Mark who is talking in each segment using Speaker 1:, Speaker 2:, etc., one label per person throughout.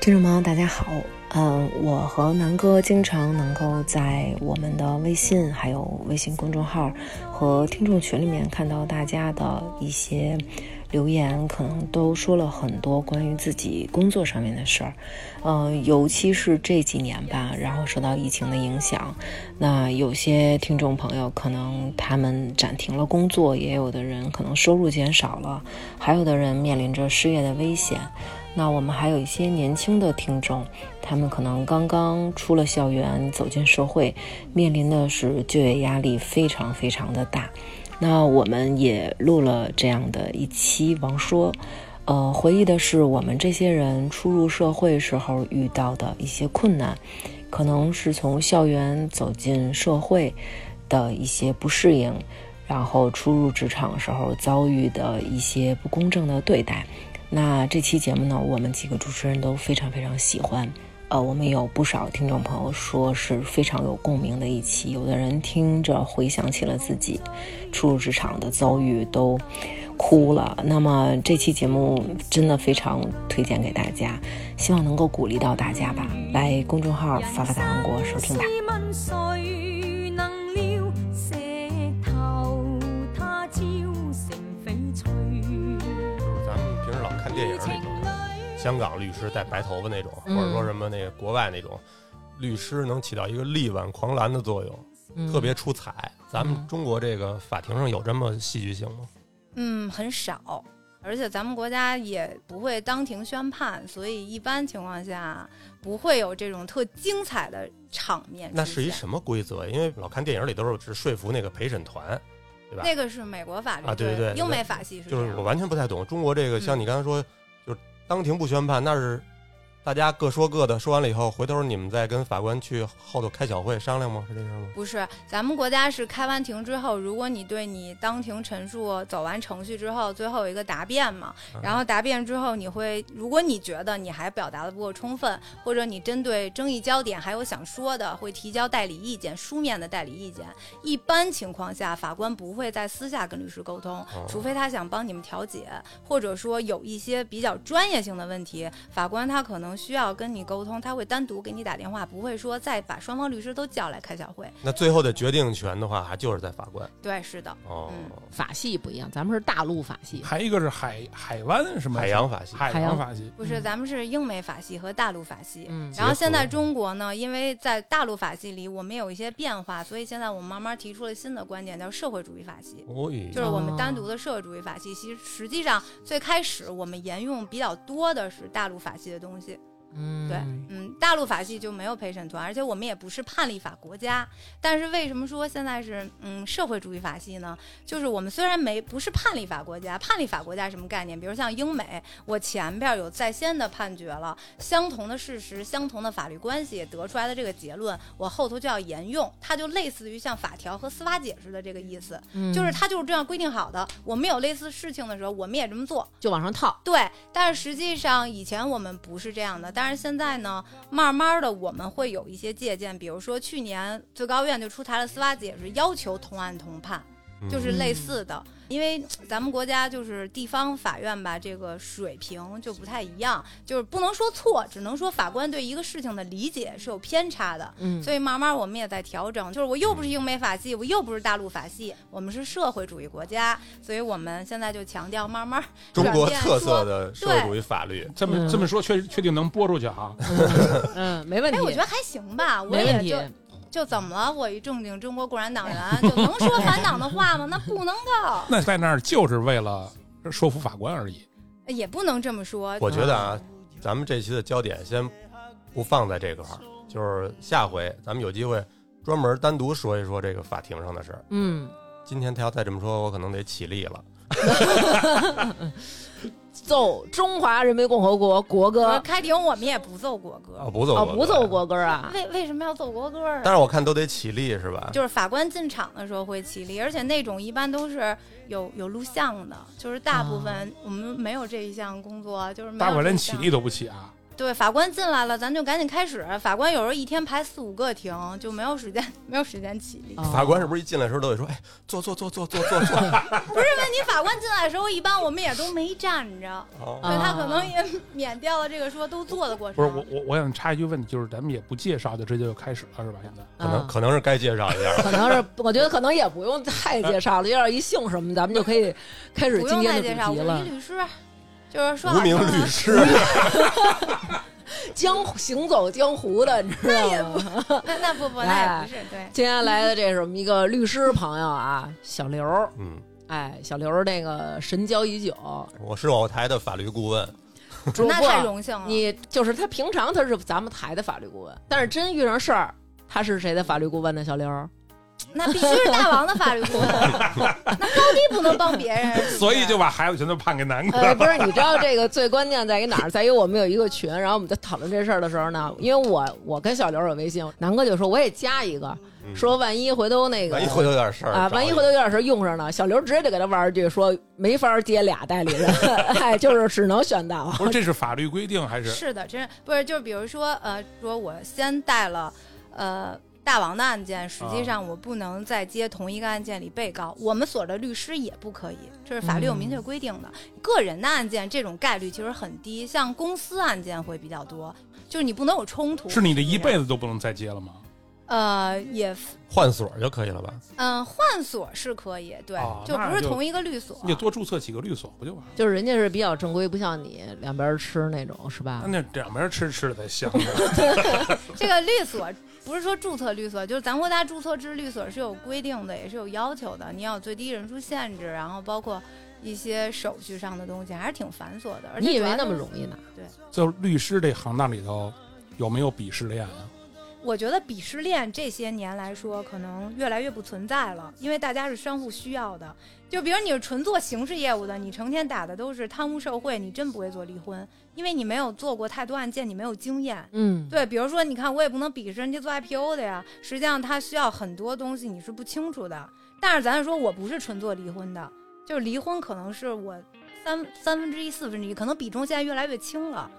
Speaker 1: 听众朋友，大家好。嗯，我和南哥经常能够在我们的微信、还有微信公众号和听众群里面看到大家的一些留言，可能都说了很多关于自己工作上面的事儿。嗯，尤其是这几年吧，然后受到疫情的影响，那有些听众朋友可能他们暂停了工作，也有的人可能收入减少了，还有的人面临着失业的危险。那我们还有一些年轻的听众，他们可能刚刚出了校园，走进社会，面临的是就业压力非常非常的大。那我们也录了这样的一期《王说》，呃，回忆的是我们这些人初入社会时候遇到的一些困难，可能是从校园走进社会的一些不适应，然后初入职场时候遭遇的一些不公正的对待。那这期节目呢，我们几个主持人都非常非常喜欢。呃，我们有不少听众朋友说是非常有共鸣的一期，有的人听着回想起了自己初入职场的遭遇，都哭了。那么这期节目真的非常推荐给大家，希望能够鼓励到大家吧。来公众号“发发大王国”收听吧。
Speaker 2: 人生是問誰能料石頭他朝成翡翠。
Speaker 3: 就是咱们平时老看电影那种，香港律师戴白头发那种，或者说什么那个国外那种，律师能起到一个力挽狂澜的作用，特别出彩。咱们中国这个法庭上有这么戏剧性吗？
Speaker 4: 嗯，很少，而且咱们国家也不会当庭宣判，所以一般情况下不会有这种特精彩的场面出现。
Speaker 3: 那是一什么规则？因为老看电影里都是只说服那个陪审团，对吧？
Speaker 4: 那个是美国法律
Speaker 3: 啊对对对
Speaker 4: 英美法系是这
Speaker 3: 就
Speaker 4: 样嗯
Speaker 3: 是我完全不太懂中国这个，像你刚才说，就是当庭不宣判，那是大家各说各的，说完了以后，回头你们再跟法官去后头开小会商量吗？是这事儿吗？
Speaker 4: 不是，咱们国家是开完庭之后，如果你对你当庭陈述走完程序之后，最后有一个答辩嘛，然后答辩之后，你会，如果你觉得你还表达的不够充分，或者你针对争议焦点还有想说的，会提交代理意见，书面的代理意见。一般情况下，法官不会在私下跟律师沟通，除非他想帮你们调解，或者说有一些比较专业性的问题，法官他可能需要跟你沟通，他会单独给你打电话，不会说再把双方律师都叫来开小会。
Speaker 3: 那最后的决定权的话，还就是在法官
Speaker 4: 对，是的，
Speaker 3: 哦。
Speaker 4: 嗯
Speaker 5: 法系不一样，咱们是大陆法系，
Speaker 6: 还一个是海海湾什么
Speaker 3: 海洋法系
Speaker 6: 海
Speaker 5: 海洋
Speaker 6: 洋法系，
Speaker 4: 不是，咱们是英美法系和大陆法系。
Speaker 5: 嗯
Speaker 4: 然后现
Speaker 3: 结
Speaker 4: 在
Speaker 3: 合
Speaker 4: 中国呢，因为在大陆法系里我们有一些变化，所以现在我们慢慢提出了新的观点，叫社会主义法系，
Speaker 3: 哦咦
Speaker 4: 就是我们
Speaker 5: 哦
Speaker 4: 单独的社会主义法系。其实实际上最开始我们沿用比较多的是大陆法系的东西。
Speaker 5: 嗯
Speaker 4: 对，嗯，大陆法系就没有陪审团，而且我们也不是判例法国家。但是为什么说现在是嗯社会主义法系呢？就是我们虽然没不是判例法国家，判例法国家什么概念？比如像英美，我前边有在先的判决了，相同的事实、相同的法律关系得出来的这个结论，我后头就要沿用，它就类似于像法条和司法解释的这个意思，就是它就是这样规定好的。我们有类似事情的时候，我们也这么做。
Speaker 5: 就往上套，
Speaker 4: 对，但是实际上以前我们不是这样的，但是现在呢，慢慢的我们会有一些借鉴，比如说去年最高院就出台了司法解释，要求同案同判，
Speaker 6: 嗯
Speaker 4: 就是
Speaker 3: 嗯
Speaker 4: 类似的。因为咱们国家就是地方法院吧，这个水平就不太一样，就是不能说错，只能说法官对一个事情的理解是有偏差的。
Speaker 5: 嗯
Speaker 4: 所以慢慢我们也在调整，就是我又不是英美法系，我又不是大陆法系，我们是社会主义国家，所以我们现在就强调慢慢
Speaker 3: 中国
Speaker 4: 转变
Speaker 3: 特
Speaker 4: 说
Speaker 3: 色的社会主义法律，
Speaker 6: 这么
Speaker 5: 嗯
Speaker 6: 这么说确确定能播出去啊？
Speaker 5: 嗯，没问题，
Speaker 4: 哎，我觉得还行吧，我
Speaker 5: 没
Speaker 4: 也
Speaker 5: 问题
Speaker 4: 就，就怎么了？我一正经中国共产党员，就能说反党的话吗？那不能 够，
Speaker 6: 那在那儿就是为了说服法官而已。
Speaker 4: 也不能这么说。
Speaker 3: 我觉得啊，咱们这期的焦点先不放在这块儿，就是下回咱们有机会专门单独说一说这个法庭上的事儿。
Speaker 5: 嗯，
Speaker 3: 今天他要再这么说，我可能得起立了。
Speaker 5: 奏中华人民共和国国
Speaker 4: 呃
Speaker 5: 歌
Speaker 4: 开庭我们也不奏国歌
Speaker 3: 啊，，不奏
Speaker 5: 哦，
Speaker 3: 国，
Speaker 5: 不奏。国歌啊，
Speaker 4: 为为什么要奏国歌啊？
Speaker 3: 但是我看都得起立是吧？
Speaker 4: 就是法官进场的时候会起立，而且那种一般都是有有录像的，就是大部分我们没有这一项工作，就是没有
Speaker 6: 大伙
Speaker 4: 这
Speaker 6: 连
Speaker 4: 一
Speaker 6: 起
Speaker 4: 项
Speaker 6: 立都不起啊！
Speaker 4: 对，法官进来了，咱就赶紧开始。法官有时候一天排四五个庭，就没有时间， 没有时间起立。
Speaker 1: 哦
Speaker 3: 法官是不是一进来的时候都得说：“哎，坐坐坐坐坐坐坐。
Speaker 4: 不是问题，法官进来的时候，一般我们也都没站着，
Speaker 3: 哦
Speaker 4: 所以他可能
Speaker 1: 啊
Speaker 4: 也免掉了这个说都坐的过程。
Speaker 6: 不是我我我想插一句问题，就是咱们也不介绍，就直接就开始了是吧？现在
Speaker 5: 嗯
Speaker 3: 可能
Speaker 1: 啊
Speaker 3: 可能是该介绍一下了。
Speaker 1: 可能是，我觉得可能也不用太介绍了，要是一姓什么，咱们就可以 开始
Speaker 4: 不
Speaker 1: 今
Speaker 4: 用再
Speaker 1: 天
Speaker 4: 介
Speaker 1: 的
Speaker 4: 绍，
Speaker 1: 主
Speaker 4: 无
Speaker 1: 题了
Speaker 4: 名。律师，就是说
Speaker 3: 无
Speaker 4: 好
Speaker 3: 名
Speaker 4: 听了
Speaker 3: 律师，
Speaker 1: 江湖行走江湖的，你知道吗？
Speaker 4: 那那不不，
Speaker 1: 哎
Speaker 4: 那也不是对。
Speaker 1: 接下来的这是我们一个律师朋友啊，小刘儿，
Speaker 3: 嗯，
Speaker 1: 哎，小刘儿那个神交已 久，
Speaker 3: 我是我台的法律顾问，
Speaker 1: 主
Speaker 4: 那
Speaker 1: 播
Speaker 4: 太荣幸了，
Speaker 1: 你就是他平常他是咱们台的法律顾问，但是真遇上事儿，他是谁的法律顾问呢？小刘儿，
Speaker 4: 那必须是大王的法律顾问， 那高低不能帮别人。
Speaker 6: 所以就把孩子全都判给南哥
Speaker 1: 呃，
Speaker 6: 了。
Speaker 1: 不是，你知道这个最关键在于哪儿？在于我们有一个群，然后我们在讨论这事儿的时候呢，因为我我跟小刘有微信，南哥就说我也加一个，
Speaker 3: 嗯
Speaker 1: 说万一回头那个
Speaker 3: 万一回头有点事儿
Speaker 1: 啊，万一回头有点事儿用上呢，小刘直接就给他玩一句说没法接俩代理人， 哎，就是只能选到
Speaker 6: 不是，这是法律规定还是？
Speaker 4: 是的，真是不是？就比如说，呃，说我先带了，呃。大王的案件，实际
Speaker 6: 啊
Speaker 4: 上我不能再接同一个案件里被告，我们所的律师也不可以，这是法律有明确规定的。个人的案件这种概率其实很低，像公司案件会比较多，就是你不能有冲突。
Speaker 6: 是你这一辈子都不能再接了吗？
Speaker 4: 呃，也
Speaker 3: 换所就可以了吧？
Speaker 4: 嗯、换所是可以，对，
Speaker 6: 哦
Speaker 4: 就
Speaker 6: 那
Speaker 4: 不是
Speaker 6: 就
Speaker 4: 同一个律所。
Speaker 6: 你就多注册几个律所不就完了？
Speaker 1: 就是人家是比较正规，不像你两边吃那种是吧
Speaker 6: 那？那两边吃吃的才香 呢。
Speaker 4: 这个律所不是说注册律所，就是咱国家注册制律所是有规定的，也是有要求的。你要有最低人数限制，然后包括一些手续上的东西，还是挺繁琐的。而且
Speaker 1: 你以
Speaker 4: 主
Speaker 1: 为
Speaker 4: 要
Speaker 1: 那么
Speaker 4: 是
Speaker 1: 容易呢？
Speaker 6: 就律师这行当里头，有没有鄙视链啊？
Speaker 4: 我觉得鄙视链这些年来说，可能越来越不存在了，因为大家是相互需要的。就比如你是纯做刑事业务的，你成天打的都是贪污受贿，你真不会做离婚，因为你没有做过太多案件，你没有经验。
Speaker 1: 嗯，
Speaker 4: 对，比如说，你看我也不能鄙视人家做 IPO 的呀，实际上他需要很多东西你是不清楚的。但是咱说我不是纯做离婚的，就是离婚可能是我三三分之一、四分之一，可能比重现在越来越轻了。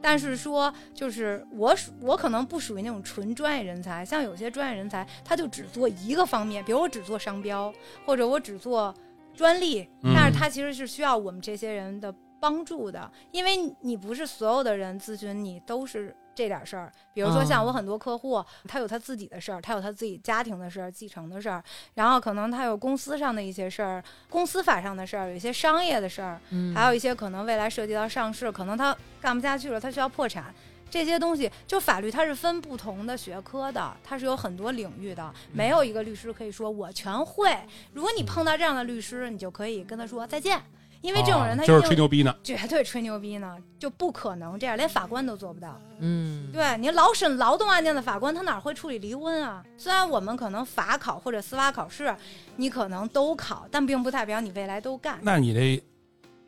Speaker 4: 但是说，就是我属我可能不属于那种纯专业人才，像有些专业人才，他就只做一个方面，比如我只做商标，或者我只做专利，
Speaker 6: 嗯
Speaker 4: 但是他其实是需要我们这些人的帮助的，因为你不是所有的人咨询你都是这点事儿。比如说像
Speaker 6: 啊
Speaker 1: 嗯
Speaker 4: 我很多客户，他有他自己的事儿，他有他自己家庭的事儿、继承的事儿，然后可能他有公司上的一些事儿、公司法上的事儿，有一些商业的事儿，
Speaker 1: 嗯
Speaker 4: 还有一些可能未来涉及到上市，可能他干不下去了，他需要破产。这些东西，就法律它是分不同的学科的，它是有很多领域的，
Speaker 6: 嗯
Speaker 4: 没有一个律师可以说我全会。如果你碰到这样的律师，你就可以跟他说再见，因为这种人他
Speaker 6: 啊
Speaker 4: 一
Speaker 6: 就是
Speaker 4: 定
Speaker 6: 吹牛逼呢。
Speaker 4: 绝对吹牛逼呢，就不可能这样，连法官都做不到。
Speaker 1: 嗯，
Speaker 4: 对你老审劳动案件的法官，他哪会处理离婚啊？虽然我们可能法考或者司法考试，你可能都考，但并不代表你未来都干。
Speaker 6: 那你这，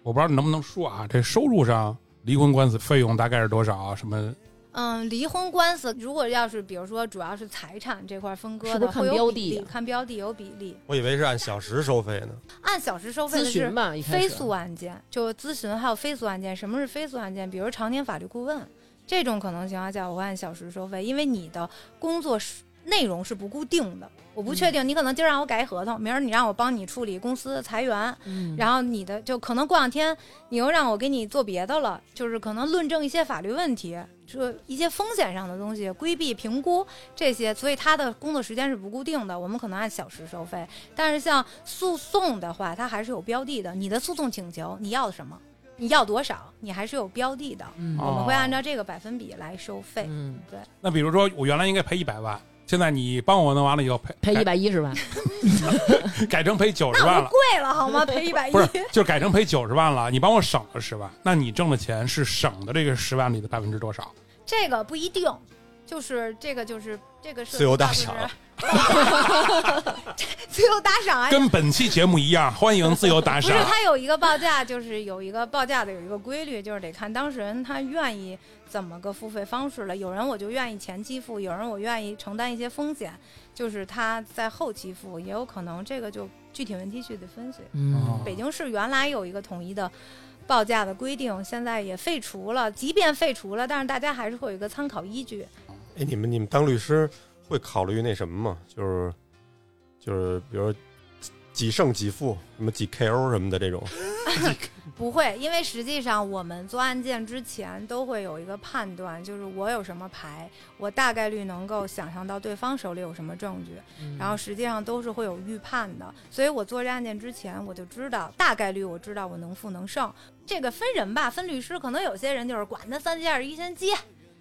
Speaker 6: 我不知道你能不能说啊？这收入上，离婚官司费用大概是多少啊？什么？
Speaker 4: 嗯，离婚官司如果要是比如说主要是财产这块分割
Speaker 1: 是不是
Speaker 4: 的，
Speaker 1: 看
Speaker 4: 会有
Speaker 1: 标
Speaker 4: 比
Speaker 1: 的
Speaker 4: 例
Speaker 1: 啊
Speaker 4: 看标的有比例，
Speaker 3: 我以为是按小时收费呢。
Speaker 4: 按小时收费
Speaker 1: 咨
Speaker 4: 的
Speaker 1: 询
Speaker 4: 是
Speaker 1: 吧，一开
Speaker 4: 非
Speaker 1: 始
Speaker 4: 诉案件，就咨询还有非诉案件。什么是非诉案件？比如常年法律顾问这种可能情况下，我会按小时收费，因为你的工作是内容是不固定的，我不
Speaker 1: 嗯
Speaker 4: 确定。你可能今儿让我改合同，明儿你让我帮你处理公司裁员，
Speaker 1: 嗯
Speaker 4: 然后你的就可能过两天你又让我给你做别的了，就是可能论证一些法律问题，这一些风险上的东西，规避评估这些，所以他的工作时间是不固定的，我们可能按小时收费。但是像诉讼的话，它还是有标的的，你的诉讼请求你要什么，你要多少，你还是有标的的，
Speaker 1: 嗯
Speaker 4: 我
Speaker 6: 哦
Speaker 4: 们会按照这个百分比来收费。
Speaker 1: 嗯，
Speaker 6: 那比如说，我原来应该赔一百万，现在你帮我弄完了以后赔
Speaker 1: 赔一百一十万，
Speaker 6: 改改成赔九十
Speaker 4: 那
Speaker 6: 万
Speaker 4: 不
Speaker 6: 了，
Speaker 4: 贵了好吗？赔一百一
Speaker 6: 不。是，就是改成赔九十万了。你帮我省了十万，那你挣的钱是省的这个十万里的百分之多少？
Speaker 4: 这个不一定，就是这个就是这个是
Speaker 3: 自由
Speaker 4: 大
Speaker 3: 打赏，
Speaker 4: 自由打赏啊！
Speaker 6: 跟本期节目一样，欢迎自由打
Speaker 4: 不
Speaker 6: 赏
Speaker 4: 是，。它有一个报价，就是有一个报价的有一个规律，就是得看当事人他愿意怎么个付费方式了。有人我就愿意前期付，有人我愿意承担一些风险，就是他在后期付，也有可能这个就具体问题具体分析。
Speaker 1: 嗯
Speaker 6: 哦
Speaker 4: 北京市原来有一个统一的报价的规定现在也废除了，即便废除了，但是大家还是会有一个参考依据。
Speaker 3: 哎，你们你们当律师会考虑那什么吗？就是就是，比如几几胜几负，什么几 KO 什么的这种。
Speaker 4: 不会，因为实际上我们做案件之前都会有一个判断，就是我有什么牌，我大概率能够想象到对方手里有什么证据，嗯
Speaker 1: 嗯
Speaker 4: 然后实际上都是会有预判的。所以我做这案件之前，我就知道大概率，我知道我能负能胜。这个分人吧，分律师，可能有些人就是管他三七二十一先接，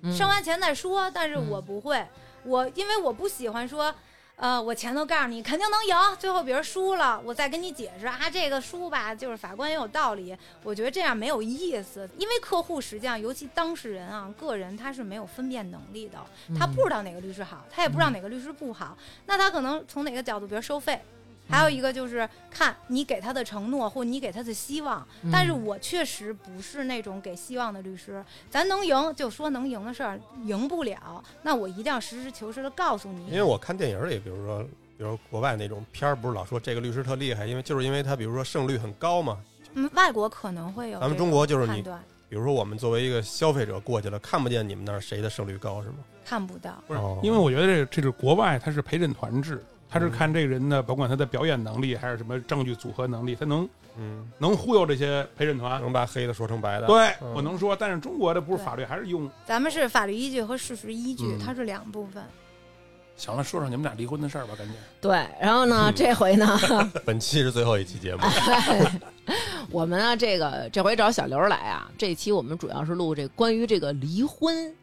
Speaker 1: 嗯
Speaker 4: 生完钱再说。但是我不会，我因为我不喜欢说。呃，我前头告诉你肯定能赢，最后比如输了，我再跟你解释啊，这个输吧，就是法官也有道理。我觉得这样没有意思，因为客户实际上，尤其当事人啊，个人他是没有分辨能力的，
Speaker 1: 嗯
Speaker 4: 他不知道哪个律师好，他也
Speaker 3: 嗯
Speaker 4: 不知道哪个律师不好，那他可能从哪个角度，比如收费。还
Speaker 3: 嗯
Speaker 4: 有一个就是看你给他的承诺或你给他的希望，
Speaker 3: 嗯
Speaker 4: 但是我确实不是那种给希望的律师。咱能赢就说能赢的事儿，赢不了，那我一定要实事求是的告诉你
Speaker 3: 因为我看电影里，比如说，比如国外那种片儿，不是老说这个律师特厉害，因为就是因为他，比如说胜率很高嘛。
Speaker 4: 嗯，外国可能会哦
Speaker 3: 咱
Speaker 4: 有这种判断，
Speaker 3: 们中国就是你，比如说我们作为一个消费者过去了，看不见你们那儿谁的胜率高是吗？
Speaker 4: 看不到，
Speaker 6: 不是
Speaker 3: 哦，
Speaker 6: 因为我觉得这这是国外，它是陪审团制，它是看这个人的，甭管他的表演能力还是什么证据组合能力，他能
Speaker 3: 嗯，
Speaker 6: 能忽悠这些陪审团。
Speaker 3: 能把黑的说成白的。
Speaker 6: 对，
Speaker 3: 嗯
Speaker 6: 我能说，但是中国的不是
Speaker 4: 对
Speaker 6: 法律，还是用。
Speaker 4: 咱们是法律依据和事实依据，
Speaker 6: 嗯
Speaker 4: 它是两部分。
Speaker 6: 行了，说说你们俩离婚的事儿吧，赶紧。
Speaker 1: 对，然后呢，这回呢，
Speaker 3: 本期是最后一期节目，
Speaker 1: 啊我们啊，这个这回找小刘来啊，这期我们主要是录这关于这个离婚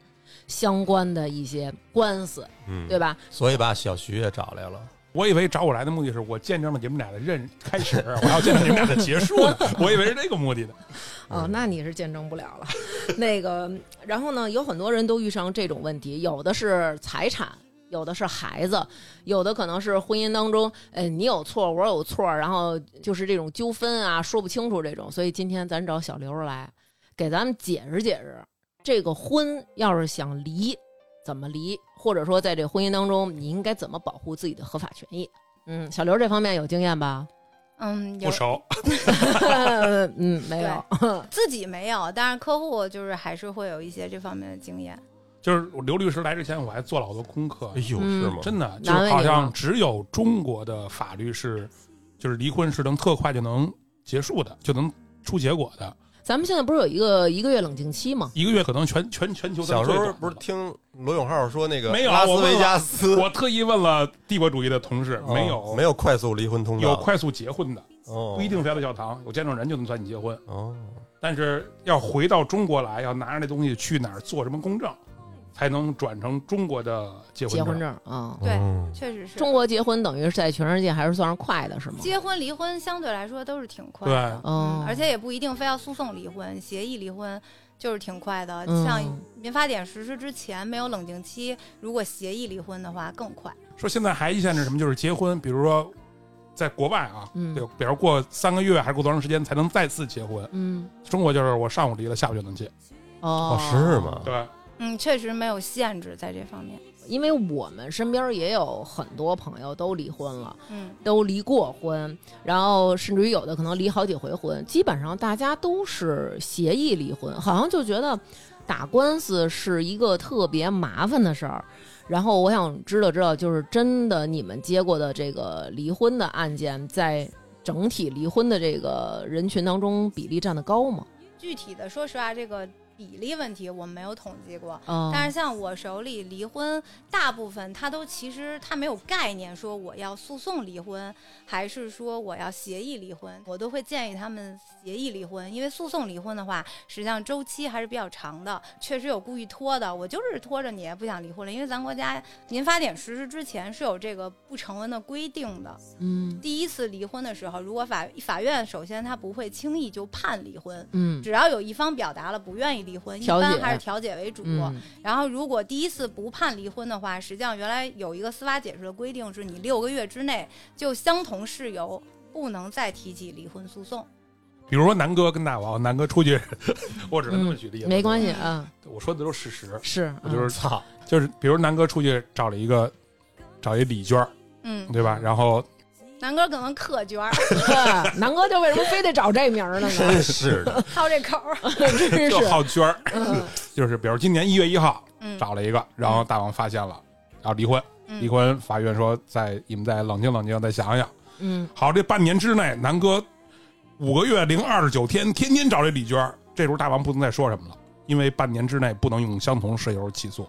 Speaker 1: 相关的一些官司，
Speaker 3: 嗯，
Speaker 1: 对吧？
Speaker 3: 所以把小徐也找来了。
Speaker 6: 我以为找我来的目的是我见证了你们俩的认 开始，我要见证你们俩的结束呢，我以为是这个目的呢。
Speaker 1: 哦，那你是见证不了了。 那个，然后呢，有很多人都遇上这种问题，有的是财产，有的是孩子，有的可能是婚姻当中，呃，你有错，我有错，然后就是这种纠纷啊，说不清楚这种。所以今天咱找小刘来，给咱们解释解释，这个婚要是想离，怎么离，或者说在这婚姻当中，你应该怎么保护自己的合法权益？嗯，小刘这方面有经验吧？
Speaker 4: 嗯，有
Speaker 6: 不熟，
Speaker 1: 嗯，没有。
Speaker 4: 自己没有，但是客户就是还是会有一些这方面的经验。
Speaker 6: 就是刘律师来之前，我还做了好多功课
Speaker 3: 哎，呦，
Speaker 1: 嗯
Speaker 3: 是吗？
Speaker 6: 真的，就
Speaker 1: 难为
Speaker 6: 是
Speaker 1: 你
Speaker 6: 好
Speaker 1: 了
Speaker 6: 像只有中国的法律是，就是离婚是能特快就能结束的，就能出结果的，
Speaker 1: 咱们现在不是有一个一个月冷静期吗？
Speaker 6: 一个月可能全全全球
Speaker 3: 小时候
Speaker 6: 都
Speaker 3: 不是听罗永浩说那个
Speaker 6: 没有
Speaker 3: 拉斯
Speaker 6: 我问
Speaker 3: 维
Speaker 6: 了
Speaker 3: 加斯
Speaker 6: 最短的我特意问了帝国主义的同事，
Speaker 3: 哦
Speaker 6: 没有
Speaker 3: 没有快速离婚通道，
Speaker 6: 有快速结婚的，
Speaker 3: 哦
Speaker 6: 不一定非要到教堂，有见证人就能算你结婚，
Speaker 3: 哦，
Speaker 6: 但是要回到中国来，要拿着那东西去哪儿做什么公证，才能转成中国的结婚
Speaker 1: 结婚
Speaker 6: 证。
Speaker 1: 证啊、嗯
Speaker 4: 对
Speaker 3: 嗯
Speaker 4: 确实是
Speaker 1: 中国结婚等于是在全世界还是算是快的，是吗？
Speaker 4: 结婚离婚相对来说都是挺快的，
Speaker 6: 对
Speaker 1: 哦
Speaker 4: 嗯，而且也不一定非要诉讼离婚，协议离婚就是挺快的。
Speaker 1: 嗯
Speaker 4: 像民法典实施之前没有冷静期，如果协议离婚的话更快。
Speaker 6: 说现在还一限制什么，就是结婚，比如说在国外啊，
Speaker 1: 嗯
Speaker 6: 对，比如过三个月还是过多长时间才能再次结婚，
Speaker 1: 嗯，
Speaker 6: 中国就是我上午离了，下午就能结。
Speaker 1: 哦
Speaker 3: 哦是？ 吗？
Speaker 6: 对，
Speaker 4: 嗯，确实没有限制在这方面。
Speaker 1: 因为我们身边也有很多朋友都离婚了，
Speaker 4: 嗯，
Speaker 1: 都离过婚，然后甚至于有的可能离好几回婚，基本上大家都是协议离婚，好像就觉得打官司是一个特别麻烦的事儿。然后我想知道知道，就是真的你们接过的这个离婚的案件，在整体离婚的这个人群当中比例占得高吗？
Speaker 4: 具体的说实话，这个比例问题我们没有统计过，
Speaker 1: 啊、
Speaker 4: 但是像我手里离婚，大部分他都其实他没有概念，说我要诉讼离婚，还是说我要协议离婚，我都会建议他们协议离婚，因为诉讼离婚的话，实际上周期还是比较长的，确实有故意拖的，我就是拖着你不想离婚了，因为咱国家民法典实施之前是有这个不成文的规定的，
Speaker 1: 嗯
Speaker 4: 第一次离婚的时候，如果法法院首先他不会轻易就判离婚。
Speaker 1: 嗯
Speaker 4: 只要有一方表达了不愿意离婚，一
Speaker 1: 调
Speaker 4: 般
Speaker 1: 解
Speaker 4: 还是调解为主。
Speaker 1: 嗯
Speaker 4: 然后，如果第一次不判离婚的话，实际上原来有一个司法解释的规定，是你六个月之内就相同事由不能再提起离婚诉讼。
Speaker 6: 比如说南哥跟大王，南哥出去， 我只能这么举例子，
Speaker 1: 没关系啊，
Speaker 6: 我说的都是事实。
Speaker 1: 是，嗯
Speaker 6: 我就 是
Speaker 3: 操，
Speaker 6: 就是比如南哥出去找了一个找一李娟儿，
Speaker 4: 嗯
Speaker 6: 对吧？然后
Speaker 4: 南哥可能可角儿，
Speaker 1: 对， 南哥就为什么非得找这名儿呢？
Speaker 3: 真是的，
Speaker 4: 好这口儿。
Speaker 1: 真是
Speaker 6: 就，好娟儿，
Speaker 1: 嗯
Speaker 6: 就是比如今年一月一号
Speaker 4: 嗯，
Speaker 6: 找了一个，然后大王发现了，然后离婚，
Speaker 4: 嗯
Speaker 6: 离婚，法院说再你们再冷静冷静，再想想。
Speaker 1: 嗯，
Speaker 6: 好，这半年之内，南哥五个月零二十九天，天天找这李娟儿，这时候大王不能再说什么了，因为半年之内不能用相同事由起诉。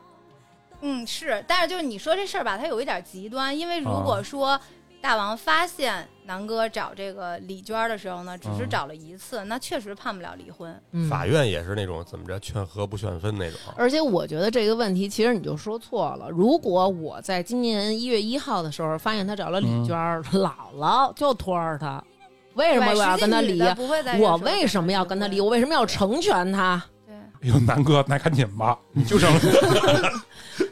Speaker 4: 嗯，是，但是就是你说这事儿吧，它有一点极端，因为如
Speaker 6: 啊
Speaker 4: 果说大王发现南哥找这个李娟儿的时候呢，只是
Speaker 6: 嗯
Speaker 4: 找了一次，那确实判不了离婚。
Speaker 1: 嗯
Speaker 3: 法院也是那种怎么着劝和不劝分那种，
Speaker 1: 而且我觉得这个问题，其实你就说错了。如果我在今年一月一号的时候发现他找了李娟儿，姥姥就拖着他，为什么
Speaker 4: 对
Speaker 1: 我要跟他
Speaker 4: 实际
Speaker 1: 离啊
Speaker 4: 女？的不会再
Speaker 1: 我为什么要跟他离？我为什么要成全他？
Speaker 4: 对，
Speaker 6: 哎呦，南哥，那赶紧吧，你就剩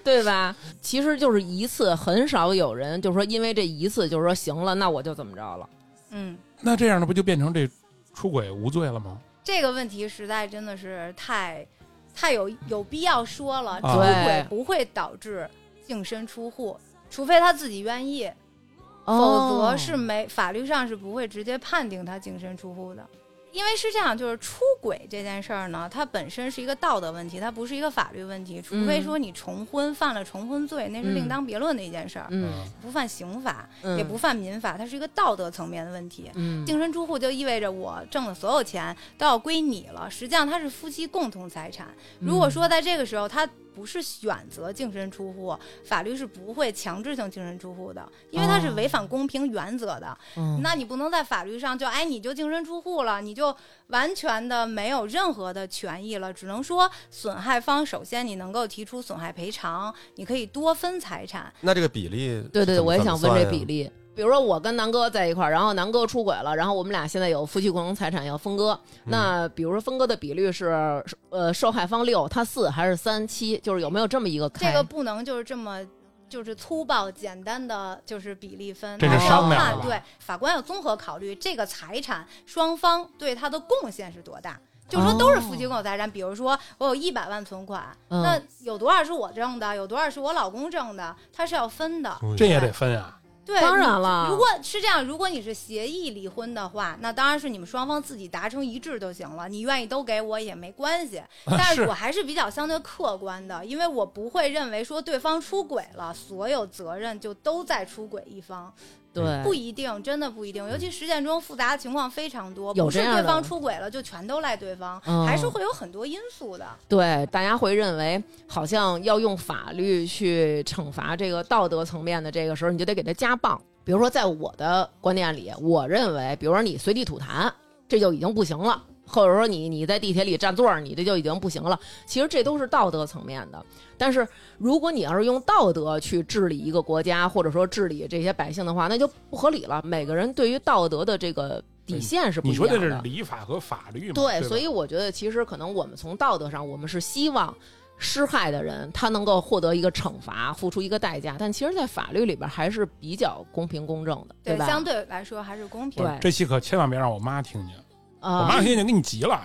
Speaker 1: 对吧？其实就是一次，很少有人就说因为这一次就说行了，那我就怎么着了。
Speaker 4: 嗯，
Speaker 6: 那这样的不就变成这出轨无罪了吗？
Speaker 4: 这个问题实在真的是太太有有必要说了，出
Speaker 6: 啊
Speaker 4: 轨不会导致净身出户，除非他自己愿意，否
Speaker 1: 哦
Speaker 4: 则是没法律上是不会直接判定他净身出户的。因为是这样，就是出轨这件事儿呢，它本身是一个道德问题，它不是一个法律问题。除
Speaker 1: 嗯
Speaker 4: 非说你重婚犯了重婚罪，那是另当别论的一件事儿，
Speaker 1: 嗯，
Speaker 4: 不犯刑法，
Speaker 1: 嗯
Speaker 4: 也不犯民法，它是一个道德层面的问题。
Speaker 1: 嗯
Speaker 4: 净身出户就意味着我挣的所有钱都要归你了，实际上它是夫妻共同财产。如果
Speaker 1: 嗯
Speaker 4: 说在这个时候他不是选择净身出户，法律是不会强制性净身出户的，因为它是
Speaker 1: 哦
Speaker 4: 违反公平原则的。
Speaker 1: 嗯
Speaker 4: 那你不能在法律上就哎你就净身出户了，你就完全的没有任何的权益了，只能说损害方首先你能够提出损害赔偿，你可以多分财产。
Speaker 3: 那这个比例，
Speaker 1: 对对对，我也想问这比
Speaker 3: 例。
Speaker 1: 例。比如说我跟南哥在一块儿，然后南哥出轨了，然后我们俩现在有夫妻共同财产要分割。那比如说分割的比率是呃受害方六，他四还是三七？就是有没有这么一个开？
Speaker 4: 这个不能就是这么。就是粗暴简单的就是比例分，
Speaker 6: 这
Speaker 1: 是
Speaker 4: 还要
Speaker 1: 商量
Speaker 4: 看
Speaker 6: 的吧
Speaker 4: 对法官要综合考虑这个财产双方对他的贡献是多大。就是说都是夫妻共有财产，比如说我有一百万存款，
Speaker 1: 嗯
Speaker 4: 那有多少是我挣的，有多少是我老公挣的，他是要分
Speaker 3: 哎
Speaker 4: 的。
Speaker 6: 这也得分啊。
Speaker 4: 对，
Speaker 1: 当然
Speaker 4: 你
Speaker 1: 了
Speaker 4: 如果是这样，如果你是协议离婚的话，那当然是你们双方自己达成一致就行了。你愿意都给我也没关
Speaker 1: 啊
Speaker 4: 系，但
Speaker 6: 是
Speaker 4: 是我还是比较相对客观的，因为我不会认为说对方出轨了，所有责任就都在出轨一方，
Speaker 1: 对，
Speaker 4: 不一定，真的不一定。尤其实践中复杂的情况非常多，
Speaker 1: 嗯有
Speaker 4: 不是
Speaker 1: 这样的
Speaker 4: 对方出轨了就全都赖对方，
Speaker 1: 嗯
Speaker 4: 还是会有很多因素的。
Speaker 1: 对，大家会认为好像要用法律去惩罚这个道德层面的这个时候，你就得给他加棒。比如说，在我的观念里，我认为，比如说你随地吐痰，这就已经不行了。或者说你你在地铁里占座儿，你这就已经不行了。其实这都是道德层面的。但是如果你要是用道德去治理一个国家，或者说治理这些百姓的话，那就不合理了。每个人对于道德的这个底线是不一
Speaker 6: 你
Speaker 1: 样
Speaker 6: 说
Speaker 1: 的。
Speaker 6: 的是礼法和法律嘛？
Speaker 1: 对，
Speaker 6: 吧
Speaker 1: 所以我觉得其实可能我们从道德上，我们是希望施害的人他能够获得一个惩罚，付出一个代价，但其实，在法律里边还是比较公平公正的，吧？
Speaker 4: 相对来说还是公平。
Speaker 1: 对
Speaker 6: 这期可千万别让我妈听见，我
Speaker 1: 啊
Speaker 6: 妈、听见给你急了，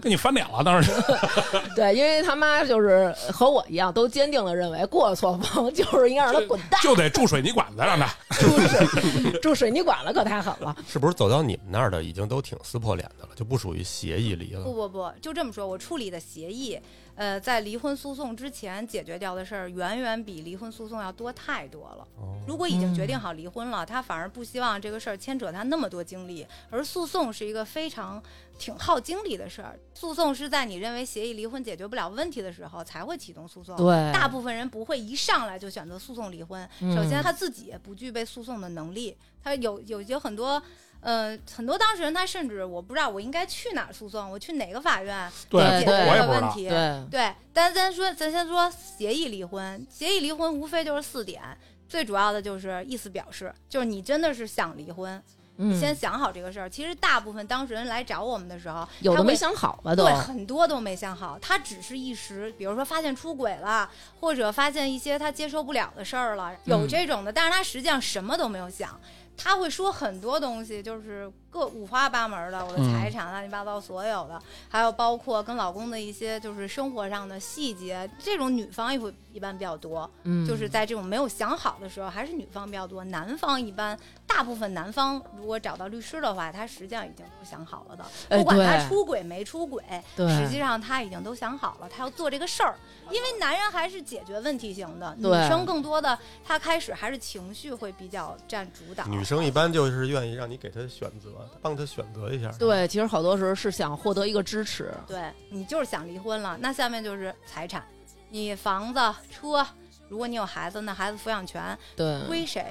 Speaker 6: 跟你翻脸了，当时
Speaker 1: 对，因为他妈就是和我一样，都坚定的认为过错方 就是应该让他滚蛋，
Speaker 6: 就得住水泥管子，让他。
Speaker 1: 住水 住水泥管了可太狠了。
Speaker 3: 是不是走到你们那儿的已经都挺撕破脸的了，就不属于协议离
Speaker 4: 不
Speaker 3: 了？
Speaker 4: 不不，就这么说，我处理的协议，呃，在离婚诉讼之前解决掉的事儿，远远比离婚诉讼要多太多了。
Speaker 1: 嗯
Speaker 4: 如果已经决定好离婚了，他反而不希望这个事儿牵扯他那么多精力，而诉讼是一个非常挺耗精力的事儿。诉讼是在你认为协议离婚解决不了问题的时候才会启动诉讼。
Speaker 1: 对
Speaker 4: 哦大部分人不会一上来就选择诉讼离婚。
Speaker 1: 嗯
Speaker 4: 首先，他自己也不具备诉讼的能力，他有有有很多。呃，很多当事人他甚至我不知道我应该去哪儿诉讼，我去哪个法院
Speaker 1: 对 对
Speaker 4: 解决这
Speaker 6: 我也
Speaker 4: 个
Speaker 6: 不知
Speaker 4: 问
Speaker 6: 道。
Speaker 4: 题。
Speaker 1: 对，
Speaker 4: 对，但咱说，咱先说协议离婚。协议离婚无非就是四点，最主要的就是意思表示，就是你真的是想离婚，
Speaker 1: 嗯
Speaker 4: 你，先想好这个事儿。其实大部分当事人来找我们的时候，
Speaker 1: 有
Speaker 4: 他
Speaker 1: 的
Speaker 4: 会
Speaker 1: 没想好吧都
Speaker 4: 对，。很多都没想好，他只是一时，比如说发现出轨了，或者发现一些他接受不了的事儿了，有
Speaker 1: 嗯
Speaker 4: 这种的，但是他实际上什么都没有想。他会说很多东西，就是各五花八门的，我的
Speaker 6: 嗯
Speaker 4: 财产乱七八糟所有的，还有包括跟老公的一些就是生活上的细节，这种女方也会一般比较多，
Speaker 1: 嗯
Speaker 4: 就是在这种没有想好的时候，还是女方比较多，男方一般大大部分男方如果找到律师的话，他实际上已经都想好了的，
Speaker 1: 哎
Speaker 4: 不管
Speaker 1: 对
Speaker 4: 他出轨没出轨，
Speaker 1: 对
Speaker 4: 实际上他已经都想好了，他要做这个事儿。因为男人还是解决问题型的，女
Speaker 1: 对
Speaker 4: 生更多的他开始还是情绪会比较占主导。
Speaker 3: 女生一般就是愿意让你给她选择，帮她选择一下。，
Speaker 1: 对，其实好多时候是想获得一个支持，
Speaker 4: 对你就是想离婚了，那下面就是财产，你房子、车，如果你有孩子，那孩子抚养权
Speaker 1: 对，
Speaker 4: 归谁？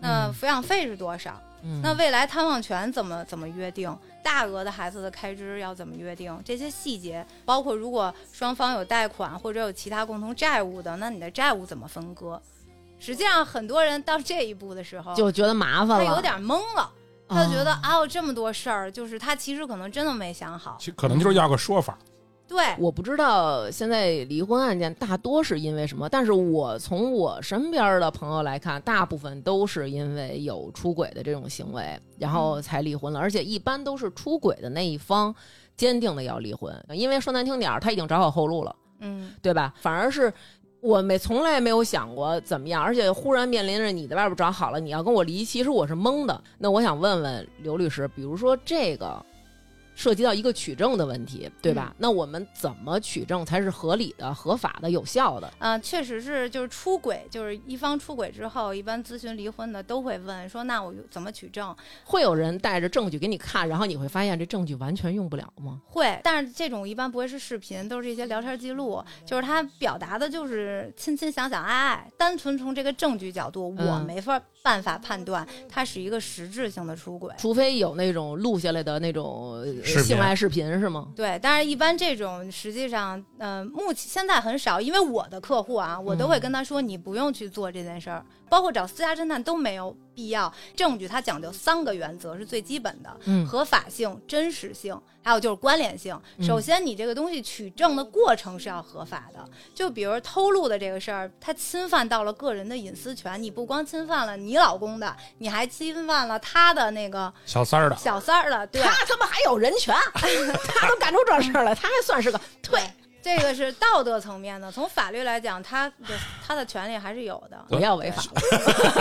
Speaker 4: 那
Speaker 1: 嗯
Speaker 4: 抚养费是多少？
Speaker 1: 嗯
Speaker 4: 那未来探望权怎么怎么约定？大额的孩子的开支要怎么约定？这些细节，包括如果双方有贷款或者有其他共同债务的，那你的债务怎么分割？实际上，很多人到这一步的时候，
Speaker 1: 就觉得麻烦
Speaker 4: 他
Speaker 1: 了，
Speaker 4: 有点懵了，他就觉得
Speaker 1: 啊
Speaker 4: 啊，有这么多事儿，就是他其实可能真的没想好。
Speaker 6: 其可能就是要个说法。
Speaker 4: 对，
Speaker 1: 我不知道现在离婚案件大多是因为什么，但是我从我身边的朋友来看，大部分都是因为有出轨的这种行为，然后才离婚了，而且一般都是出轨的那一方坚定的要离婚，因为说难听点儿，他已经找好后路了，
Speaker 4: 嗯，
Speaker 1: 对吧？反而是。我没从来没有想过怎么样，而且忽然面临着你在外边找好了，你要跟我离，其实我是懵的。那我想问问刘律师，比如说这个涉及到一个取证的问题，对吧？那我们怎么取证才是合理的、合法的、有效的？
Speaker 4: 嗯、确实是，就是出轨，就是一方出轨之后，一般咨询离婚的都会问说，那我怎么取证？
Speaker 1: 会有人带着证据给你看，然后你会发现这证据完全用不了吗？
Speaker 4: 会，但是这种一般不会是视频，都是一些聊天记录，就是他表达的就是亲亲想想爱爱。单纯从这个证据角度，我
Speaker 1: 嗯
Speaker 4: 没法办法判断它是一个实质性的出轨。
Speaker 1: 除非有那种录下来的那种呃
Speaker 6: 视频
Speaker 1: 性爱视频，是吗？
Speaker 4: 对，但是一般这种实际上，呃，目前现在很少，因为我的客户啊，我都会跟他说，你不用去做这件事儿，包括找私家侦探都没有必要。证据它讲究三个原则是最基本的，
Speaker 1: 嗯
Speaker 4: 合法性、真实性，还有就是关联性。
Speaker 1: 嗯
Speaker 4: 首先，你这个东西取证的过程是要合法的，就比如偷录的这个事儿，它侵犯到了个人的隐私权，你不光侵犯了你老公的，你还侵犯了他的那个
Speaker 6: 小三 儿的，
Speaker 4: 小三儿的，对。
Speaker 1: 他他妈还有人 权，他都干出这事儿来，他还算是个退。
Speaker 4: 这个是道德层面的，从法律来讲，他的他的权利还是有的。
Speaker 1: 不要违法了，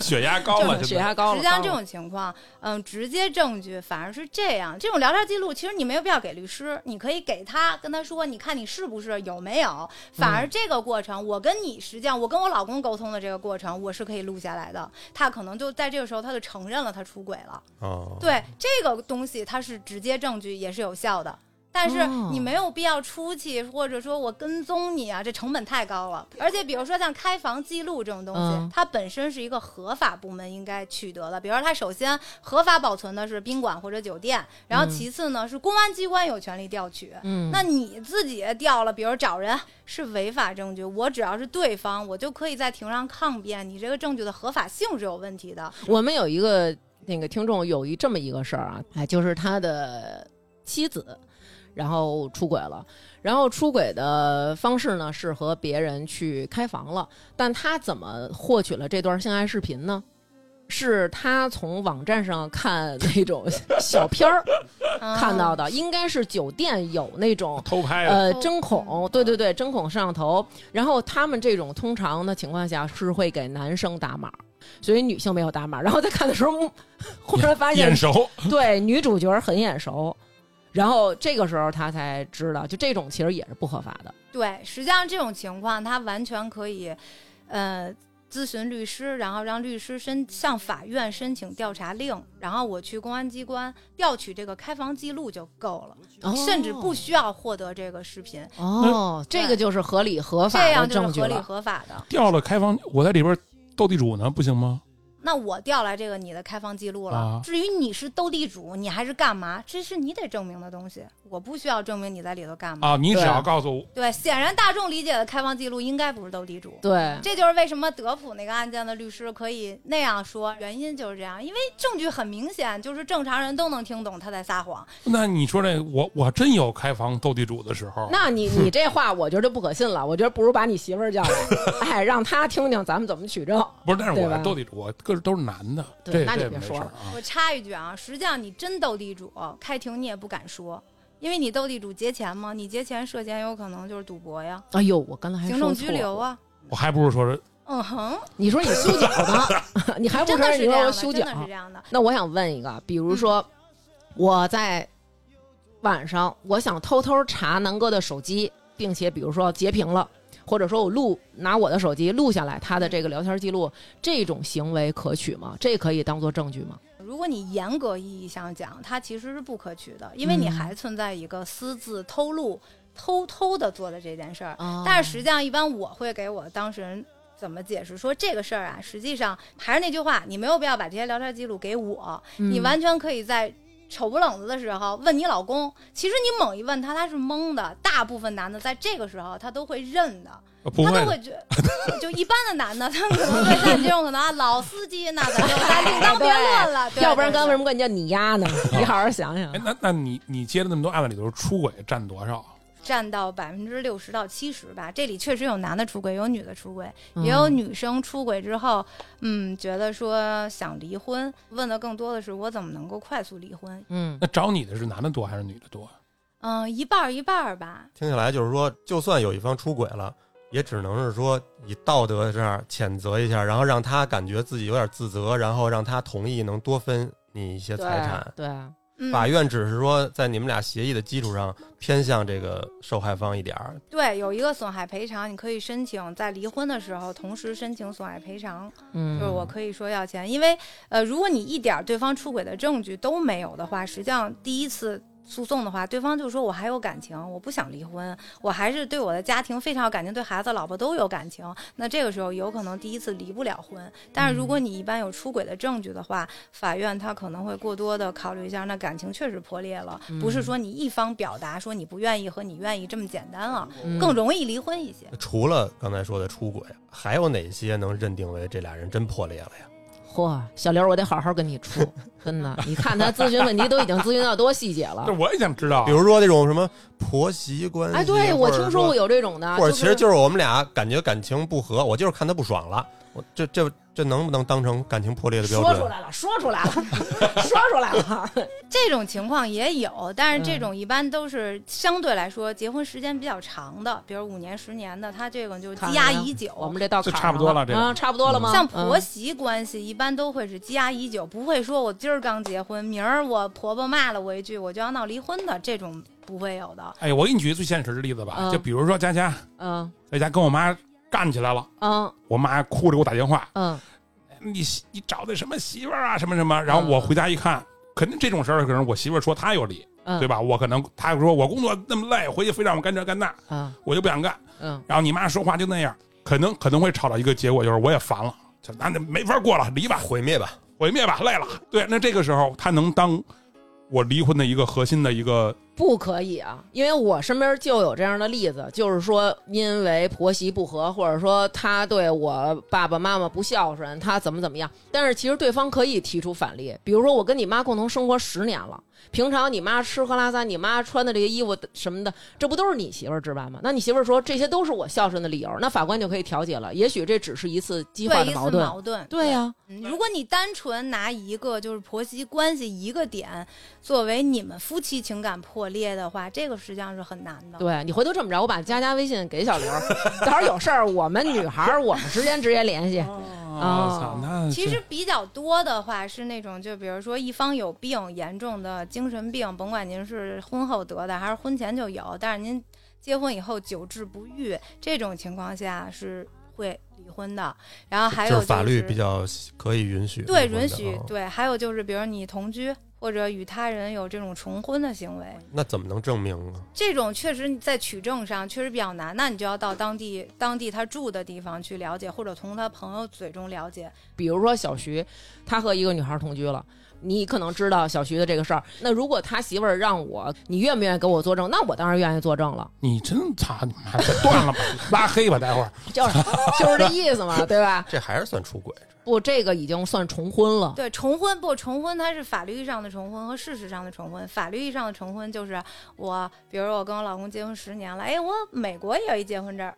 Speaker 6: 血压高
Speaker 1: 这
Speaker 6: 了，
Speaker 1: 么
Speaker 6: 现
Speaker 1: 血
Speaker 6: 在
Speaker 1: 压高了。
Speaker 4: 实际上这
Speaker 1: 高了
Speaker 4: 种情况，嗯，直接证据反而是这样。这种聊天记录，其实你没有必要给律师，你可以给他跟他说，你看你是不是有没有。反
Speaker 1: 嗯
Speaker 4: 而这个过程，我跟你实际上我跟我老公沟通的这个过程，我是可以录下来的。他可能就在这个时候，他就承认了他出轨了。
Speaker 3: 哦，
Speaker 4: 对这个东西，它是直接证据，也是有效的。但是
Speaker 1: 哦
Speaker 4: 你没有必要出去，或者说我跟踪你啊，这成本太高了。而且比如说像开房记录这种东西，
Speaker 1: 嗯
Speaker 4: 它本身是一个合法部门应该取得的。比如说，它首先合法保存的是宾馆或者酒店，然后
Speaker 1: 嗯
Speaker 4: 其次呢是公安机关有权利调取。
Speaker 1: 嗯，
Speaker 4: 那你自己调了，比如找人是违法证据，我只要是对方，我就可以在庭上抗辩，你这个证据的合法性是有问题的。
Speaker 1: 我们有一个那个听众有一这么一个事儿啊，哎，就是他的妻子，然后出轨了，然后出轨的方式呢是和别人去开房了，但他怎么获取了这段性爱视频呢？是他从网站上看那种小片 儿
Speaker 4: 嗯
Speaker 1: 看到的，应该是酒店有那种
Speaker 6: 偷拍的，
Speaker 1: 呃，
Speaker 4: 哦
Speaker 1: 针孔，对对对，针孔摄像头。然后他们这种通常的情况下是会给男生打码，所以女性没有打码。然后在看的时候， 嗯忽然发现
Speaker 6: 眼熟，
Speaker 1: 对女主角很眼熟，然后这个时候他才知道，就这种其实也是不合法的。
Speaker 4: 对，实际上这种情况，他完全可以，呃，咨询律师，然后让律师申向法院申请调查令，然后我去公安机关调取这个开房记录就够了，甚至不需要获得这个视频，
Speaker 1: 哦，这个就是合理合法
Speaker 4: 这样
Speaker 1: 的
Speaker 4: 就是
Speaker 1: 证据
Speaker 4: 合理
Speaker 1: 了。
Speaker 4: 合法的。
Speaker 6: 掉了开房，我在里边斗地主呢，不行吗？
Speaker 4: 那我调来这个你的开房记录了，
Speaker 6: 啊
Speaker 4: 至于你是斗地主，你还是干嘛，这是你得证明的东西，我不需要证明你在里头干嘛。
Speaker 6: 啊，你只
Speaker 1: 对
Speaker 6: 要告诉我，
Speaker 4: 对，显然大众理解的开房记录应该不是斗地主。
Speaker 1: 对，
Speaker 4: 这就是为什么德普那个案件的律师可以那样说，原因就是这样，因为证据很明显，就是正常人都能听懂他在撒谎。
Speaker 6: 那你说这我我真有开房斗地主的时候，
Speaker 1: 那你你这话我觉得不可信了，我觉得不如把你媳妇儿叫来，哎，让她听听咱们怎么取证。
Speaker 6: 不是？但是
Speaker 1: 对
Speaker 6: 我
Speaker 1: 吧
Speaker 6: 斗地主，我个都是男的，
Speaker 1: 对
Speaker 6: 这
Speaker 1: 那你
Speaker 6: 这
Speaker 1: 别
Speaker 6: 没事
Speaker 1: 说
Speaker 6: 儿
Speaker 1: 了
Speaker 6: 啊。
Speaker 4: 我插一句啊，实际上你真斗地主，开庭你也不敢说，因为你斗地主劫钱吗？你劫钱涉嫌有可能就是赌博呀，
Speaker 1: 哎呦，我刚才还
Speaker 4: 行
Speaker 1: 说
Speaker 4: 政
Speaker 1: 错
Speaker 4: 拘留
Speaker 1: 了
Speaker 4: 啊。
Speaker 6: 我还不如说是
Speaker 4: 嗯哼，
Speaker 1: 你说你修脚 呢，你还不
Speaker 4: 真的
Speaker 1: 承认你
Speaker 4: 是这样
Speaker 1: 说
Speaker 4: 的，
Speaker 1: 我修
Speaker 4: 真的嗯是
Speaker 1: 脚
Speaker 4: 这？样的。
Speaker 1: 那我想问一个，比如说我在晚上，我想偷偷查南哥的手机，并且比如说截屏了，或者说我录拿我的手机录下来他的这个聊天记录，这种行为可取吗？这可以当做证据吗？
Speaker 4: 如果你严格意义上讲，它其实是不可取的，因为你
Speaker 1: 嗯
Speaker 4: 还存在一个私自偷录、偷偷的做的这件事儿。
Speaker 1: 啊
Speaker 4: 但是实际上，一般我会给我当事人怎么解释说这个事儿啊，实际上还是那句话，你没有必要把这些聊天记录给我，你
Speaker 1: 嗯
Speaker 4: 完全可以在。丑不冷子的时候问你老公，其实你猛一问他，他是懵的。大部分男的在这个时候他都会认的，
Speaker 6: 呃不
Speaker 4: 他
Speaker 6: 会
Speaker 4: 都
Speaker 6: 的，
Speaker 4: 会觉就一般的男的，他们可能会像你这种可能啊老司机，那咱就咱另当别论了。对
Speaker 1: 要不然
Speaker 4: 对
Speaker 1: 刚才为什么管你叫你丫 呢？你好好想想
Speaker 6: 哎，。那那你你接的那么多案子里头，出轨占多少？
Speaker 4: 占到百分之六十到七十吧？这里确实有男的出轨，有女的出轨，也有
Speaker 1: 嗯
Speaker 4: 女生出轨之后，嗯，觉得说想离婚。问的更多的是我怎么能够快速离婚？
Speaker 1: 嗯
Speaker 6: 那找你的是男的多还是女的多？
Speaker 1: 啊
Speaker 4: 嗯，一半儿一半儿吧。
Speaker 3: 听起来就是说，就算有一方出轨了，也只能是说以道德这样谴责一下，然后让他感觉自己有点自责，然后让他同意能多分你一些财产。
Speaker 1: 对，啊
Speaker 4: 嗯，
Speaker 3: 法院只是说在你们俩协议的基础上偏向这个受害方一点儿，
Speaker 4: 对，有一个损害赔偿，你可以申请在离婚的时候同时申请损害赔偿。
Speaker 1: 嗯，
Speaker 4: 就是我可以说要钱，因为呃，如果你一点儿对方出轨的证据都没有的话，实际上第一次诉讼的话，对方就说我还有感情，我不想离婚，我还是对我的家庭非常有感情，对孩子、老婆都有感情。那这个时候有可能第一次离不了婚，但是如
Speaker 1: 嗯
Speaker 4: 果你一般有出轨的证据的话，法院他可能会过多的考虑一下，那感情确实破裂了，不是
Speaker 1: 嗯
Speaker 4: 说你一方表达说你不愿意和你愿意这么简单了，
Speaker 1: 嗯
Speaker 4: 更容易离婚一些。
Speaker 3: 除了刚才说的出轨，还有哪些能认定为这俩人真破裂了呀？
Speaker 1: 嚯，小刘，我得好好跟你 处，真的。你看他咨询问题都已经咨询到多细节了
Speaker 6: 那。我也想知道啊，
Speaker 3: 比如说那种什么婆媳关系，啊
Speaker 1: 哎，对，我
Speaker 3: 或者
Speaker 1: 听说过有这种的，
Speaker 3: 或者
Speaker 1: 就
Speaker 3: 其实就是我们俩感觉感情不和，我就是看他不爽了，我这这这能不能当成感情破裂的标
Speaker 1: 说出
Speaker 3: 准？
Speaker 1: 来了，说出来 了，说出来了。
Speaker 4: 这种情况也有，但是这
Speaker 1: 嗯
Speaker 4: 种一般都是相对来说结婚时间比较长的，比如五年、十年的，他这种就积压已久。
Speaker 1: 我们这到
Speaker 6: 这
Speaker 1: 坎儿
Speaker 6: 差不多
Speaker 1: 上
Speaker 6: 了这个
Speaker 1: 啊，差不多了吗？
Speaker 4: 像
Speaker 1: 嗯
Speaker 4: 婆媳关系，一般都会是积压已久，不会说我今儿刚结婚，明儿我婆婆骂了我一句，我就要闹离婚的，这种不会有的。
Speaker 6: 哎，我给你举个最现实的例子吧，
Speaker 1: 嗯
Speaker 6: 就比如说佳佳
Speaker 1: 嗯
Speaker 6: 在家跟我妈干起来了，
Speaker 1: 嗯
Speaker 6: 我妈哭着给我打电话，
Speaker 1: 嗯
Speaker 6: 你媳你找的什么媳妇儿啊，什么什么，然后
Speaker 1: 嗯
Speaker 6: 我回家一看，肯定这种事儿可能我媳妇儿说她有理，
Speaker 1: 嗯，
Speaker 6: 对
Speaker 1: 吧？
Speaker 6: 吧？我可能她说我工作那么累，回去非让我干这干那，
Speaker 1: 嗯
Speaker 6: 我就不想干。
Speaker 1: 嗯
Speaker 6: 然后你妈说话就那样，可能可能会吵到一个结果，就是我也烦了，就那那没法过了，离吧，
Speaker 3: 毁灭吧，
Speaker 6: 毁灭吧，累了。对，那这个时候她能当我离婚的一个核心的一个，
Speaker 1: 不可以啊，因为我身边就有这样的例子，就是说因为婆媳不和，或者说他对我爸爸妈妈不孝顺，他怎么怎么样。但是其实对方可以提出反例，比如说我跟你妈共同生活十年了，平常你妈吃喝拉撒，你妈穿的这些衣服什么的，这不都是你媳妇儿置办吗？那你媳妇儿说这些都是我孝顺的理由，那法官就可以调解了。也许这只是一次激化
Speaker 4: 对，
Speaker 1: 的
Speaker 4: 一
Speaker 1: 矛
Speaker 4: 次
Speaker 1: 盾。
Speaker 4: 矛盾。
Speaker 1: 对呀、
Speaker 4: 嗯如果你单纯拿一个就是婆媳关系一个点作为你们夫妻情感破裂的话，这个实际上是很难的。
Speaker 1: 对你回头这么着，我把佳佳微信给小 刘，到时候有事儿我们女孩儿我们之间直接联系。
Speaker 6: 我啊操，
Speaker 3: 嗯
Speaker 6: 那
Speaker 4: 哦其
Speaker 6: 是
Speaker 4: 实比较多的话是那种，就比如说一方有病，严重的精神病，甭管您是婚后得的还是婚前就有，但是您结婚以后久治不愈，这种情况下是会离婚的。然后还有、、
Speaker 3: 就是是法律比较可以允许离
Speaker 4: 对
Speaker 3: 婚的，
Speaker 4: 允许
Speaker 3: 嗯。
Speaker 4: 对，还有就是比如你同居或者与他人有这种重婚的行为，
Speaker 3: 那怎么能证明啊？
Speaker 4: 这种确实在取证上确实比较难，那你就要到当地当地他住的地方去了解，或者从他朋友嘴中了解。
Speaker 1: 比如说小徐，他和一个女孩同居了，你可能知道小徐的这个事儿。那如果他媳妇儿让我，你愿不愿意给我作证？那我当然愿意作证了，
Speaker 6: 你真操你妈，断了吧，拉黑吧，待会儿。
Speaker 1: 就是 就是这意思嘛，对吧？
Speaker 3: 这还是算出轨，
Speaker 1: 不，这个已经算重婚了。
Speaker 4: 对，重婚不重婚，它是法律意义上的重婚和事实上的重婚。法律意义上的重婚就是我，比如我跟我老公结婚十年了，哎，我美国也有一结婚证儿，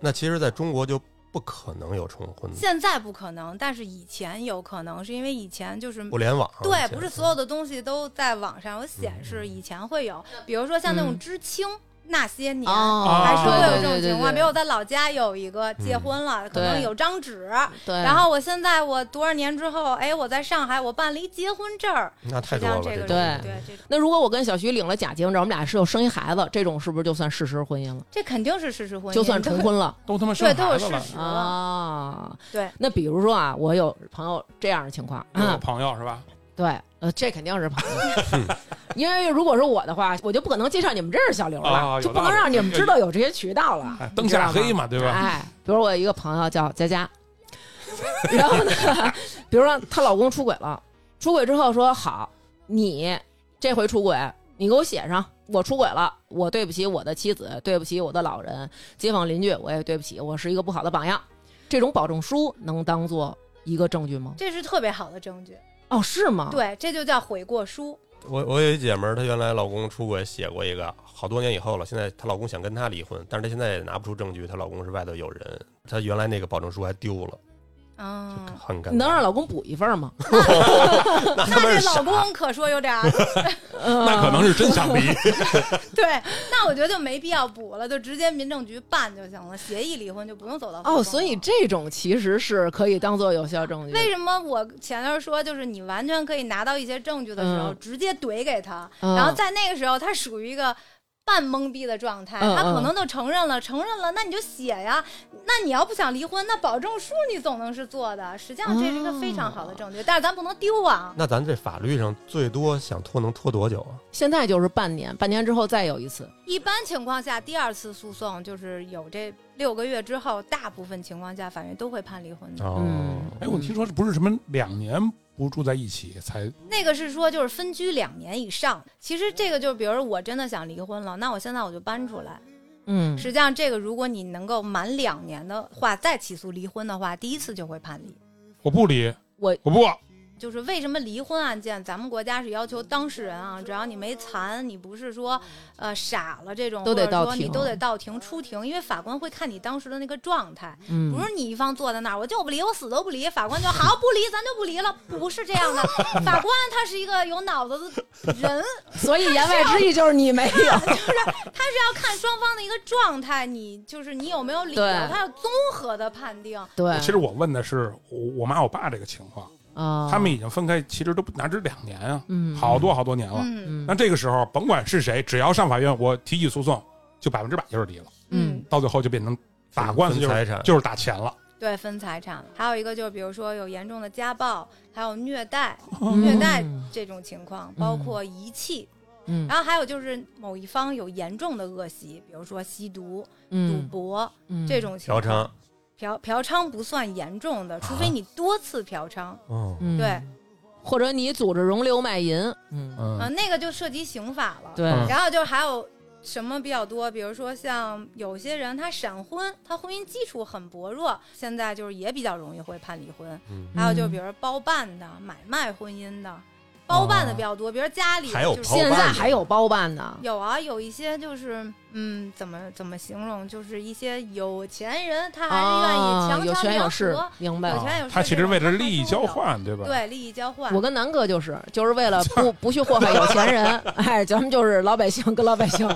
Speaker 3: 那其实在中国就不可能有重婚的，
Speaker 4: 现在不可能，但是以前有可能，是因为以前就是
Speaker 3: 不哦联网。
Speaker 4: 对，不是所有
Speaker 3: 的。
Speaker 4: 的东西都在网上有显示，以前会有，比如说像那种知青。那些年。
Speaker 1: 哦，
Speaker 4: 还是会
Speaker 1: 对
Speaker 4: 有这种
Speaker 1: 对对
Speaker 4: 情况，
Speaker 1: 对
Speaker 4: 比如我在老家有一个结婚了，可能
Speaker 1: 对
Speaker 4: 有张纸，
Speaker 1: 对，
Speaker 4: 然后我现在我多少年之后，哎，我在上海我办了一结婚证儿，
Speaker 3: 那太
Speaker 4: 实际
Speaker 3: 多
Speaker 4: 上
Speaker 3: 了，
Speaker 4: 这
Speaker 3: 这
Speaker 4: 个
Speaker 1: 对
Speaker 4: 是对这种
Speaker 1: 那如果我跟小徐领了假结婚证，我们俩是有生一孩子，这种是不是就算事实婚姻了？
Speaker 4: 这肯定是事实婚姻，
Speaker 1: 就算重婚了
Speaker 6: 都他妈生
Speaker 4: 对都
Speaker 6: 孩
Speaker 4: 有
Speaker 6: 子
Speaker 4: 事
Speaker 6: 了。
Speaker 4: 实了，
Speaker 1: 啊？
Speaker 4: 对。嗯
Speaker 1: 那比如说啊，我有朋友这样的情况，
Speaker 6: 有个朋友是吧？
Speaker 1: 对，呃，这肯定是朋友，因为如果是我的话，我就不可能介绍你们认识小刘了，
Speaker 6: 啊
Speaker 1: 就
Speaker 6: 有
Speaker 1: 不
Speaker 6: 道
Speaker 1: 能
Speaker 6: 理
Speaker 1: 让你们知道有这些渠道了，
Speaker 6: 哎
Speaker 1: 你，
Speaker 6: 灯
Speaker 1: 知道
Speaker 6: 下黑
Speaker 1: 吗？
Speaker 6: 嘛，对吧？
Speaker 1: 哎，比如我有一个朋友叫佳佳，然后呢， 比如说她老公出轨了，出轨之后说好，你这回出轨，你给我写上，我出轨了，我对不起我的妻子，对不起我的老人、街坊邻居，我也对不起，我是一个不好的榜样。这种保证书能当做一个证据吗？
Speaker 4: 这是特别好的证据，
Speaker 1: 哦，是吗？，
Speaker 4: 对，这就叫悔过书。
Speaker 3: 我我有一姐们儿，她原来老公出轨写过一个，好多年以后了。现在她老公想跟她离婚，但是她现在也拿不出证据，她老公是外头有人。她原来那个保证书还丢了，
Speaker 4: 嗯，
Speaker 3: 很尴尬。
Speaker 1: 你能让老公补一份吗？
Speaker 3: 那
Speaker 4: 那
Speaker 3: 他们
Speaker 4: 这
Speaker 3: 是
Speaker 4: 老
Speaker 3: 傻，
Speaker 4: 公可说有点儿，
Speaker 1: 嗯
Speaker 6: 那可能是真 想离，
Speaker 4: 对，那我觉得就没必要补了，就直接民政局办就行了，协议离婚就不用走到
Speaker 1: 哦，
Speaker 4: 合
Speaker 1: 所以
Speaker 4: 同了
Speaker 1: 这种其实是可以当做有效证据。
Speaker 4: 为什么我前面说就是你完全可以拿到一些证据的时候，
Speaker 1: 嗯
Speaker 4: 直接怼给他，
Speaker 1: 嗯
Speaker 4: 然后在那个时候他属于一个。半懵逼的状态，
Speaker 1: 嗯
Speaker 4: 他
Speaker 1: 嗯
Speaker 4: 可能就承认了，承认了，那你就写呀。那你要不想离婚，那保证书你总能是做的。实际上这是一个非常
Speaker 1: 嗯
Speaker 4: 好的证据，但是咱不能丢啊。
Speaker 3: 那咱这法律上最多想拖能拖多久啊？
Speaker 1: 现在就是半年，半年之后再有一次。
Speaker 4: 一般情况下，第二次诉讼就是有这六个月之后，大部分情况下法院都会判离婚的。
Speaker 3: 哦
Speaker 1: 嗯
Speaker 6: 哎，我听说不是什么两年不住在一起才
Speaker 4: 那个是说就是分居两年以上。其实这个就是，比如说我真的想离婚了，那我现在我就搬出来。
Speaker 1: 嗯，
Speaker 4: 实际上，这个如果你能够满两年的话，再起诉离婚的话，第一次就会判离。
Speaker 6: 我不离，
Speaker 1: 我
Speaker 6: 我不
Speaker 4: 就是为什么离婚案件，咱们国家是要求当事人啊，只要你没残，你不是说呃傻了这种，
Speaker 1: 都得
Speaker 4: 或者说
Speaker 1: 到庭
Speaker 4: 你都得到庭出庭，因为法官会看你当时的那个状态，
Speaker 1: 嗯
Speaker 4: 不是你一方坐在那儿我就不离，我死都不离，法官就好不离，咱就不离了，不是这 样的，法官他是一个有脑子的人，
Speaker 1: 所以言外之意就是你没有。
Speaker 4: 他是要看双方的一个状态，你就是你有没有理由，
Speaker 1: 对哦
Speaker 4: 他要综合的判定。
Speaker 1: 对，
Speaker 6: 其实我问的是我我妈我爸这个情况，
Speaker 4: 哦
Speaker 1: 啊，
Speaker 6: 他们已经分开，其实都不哪止两年啊，
Speaker 1: 嗯
Speaker 6: 好多好多年了。
Speaker 4: 嗯
Speaker 6: 那这个时候，甭管是谁，只要上法院，我提起诉讼，就百分之百就是离了，
Speaker 1: 嗯
Speaker 6: 到最后就变成打官司
Speaker 3: 分
Speaker 6: 就是
Speaker 3: 财产
Speaker 6: 就是打钱了。
Speaker 4: 对，分财产了。还有一个就是，比如说有严重的家暴，还有虐待、
Speaker 1: 嗯
Speaker 4: 虐待这种情况，包括遗弃。
Speaker 1: 嗯
Speaker 4: 然后还有就是某一方有严重的恶习，比如说吸毒、赌
Speaker 1: 嗯
Speaker 4: 博、
Speaker 1: 嗯
Speaker 4: 这种情
Speaker 3: 嫖
Speaker 4: 况。
Speaker 3: 娼，
Speaker 4: 嫖嫖娼不算严重
Speaker 1: 啊
Speaker 4: 的，除非你多次嫖娼啊、
Speaker 3: 哦，
Speaker 1: 嗯
Speaker 4: 对
Speaker 1: 或者你组织容留卖淫，嗯，
Speaker 6: 嗯，
Speaker 4: 啊那个就涉及刑法了。
Speaker 1: 对，
Speaker 6: 嗯
Speaker 4: 然后就是还有什么比较多，比如说像有些人他闪婚，他婚姻基础很薄弱，现在就是也比较容易会判离婚。
Speaker 3: 嗯
Speaker 4: 还有就比如包办的、买卖婚姻的，包办的
Speaker 1: 哦
Speaker 4: 比较多，比如家里
Speaker 3: 还有
Speaker 4: 就是
Speaker 3: 包
Speaker 1: 现
Speaker 3: 办
Speaker 1: 在还有包办呢，
Speaker 4: 有啊，有一些就是嗯，怎么怎么形容，就是一些有钱人他还
Speaker 1: 啊
Speaker 4: 是愿意
Speaker 1: 有
Speaker 4: 强强
Speaker 1: 权
Speaker 4: 联
Speaker 1: 有
Speaker 4: 合，
Speaker 1: 势，明白
Speaker 4: 有
Speaker 1: 了。
Speaker 4: 权有势
Speaker 6: 啊他其实为了
Speaker 4: 这种
Speaker 6: 利益
Speaker 4: 他受不
Speaker 6: 交
Speaker 4: 了，
Speaker 6: 换，对吧？
Speaker 4: 对利益交换。
Speaker 1: 我跟南哥就是，就是为了 不不去祸害有钱人，哎，咱们就是老百姓跟老百姓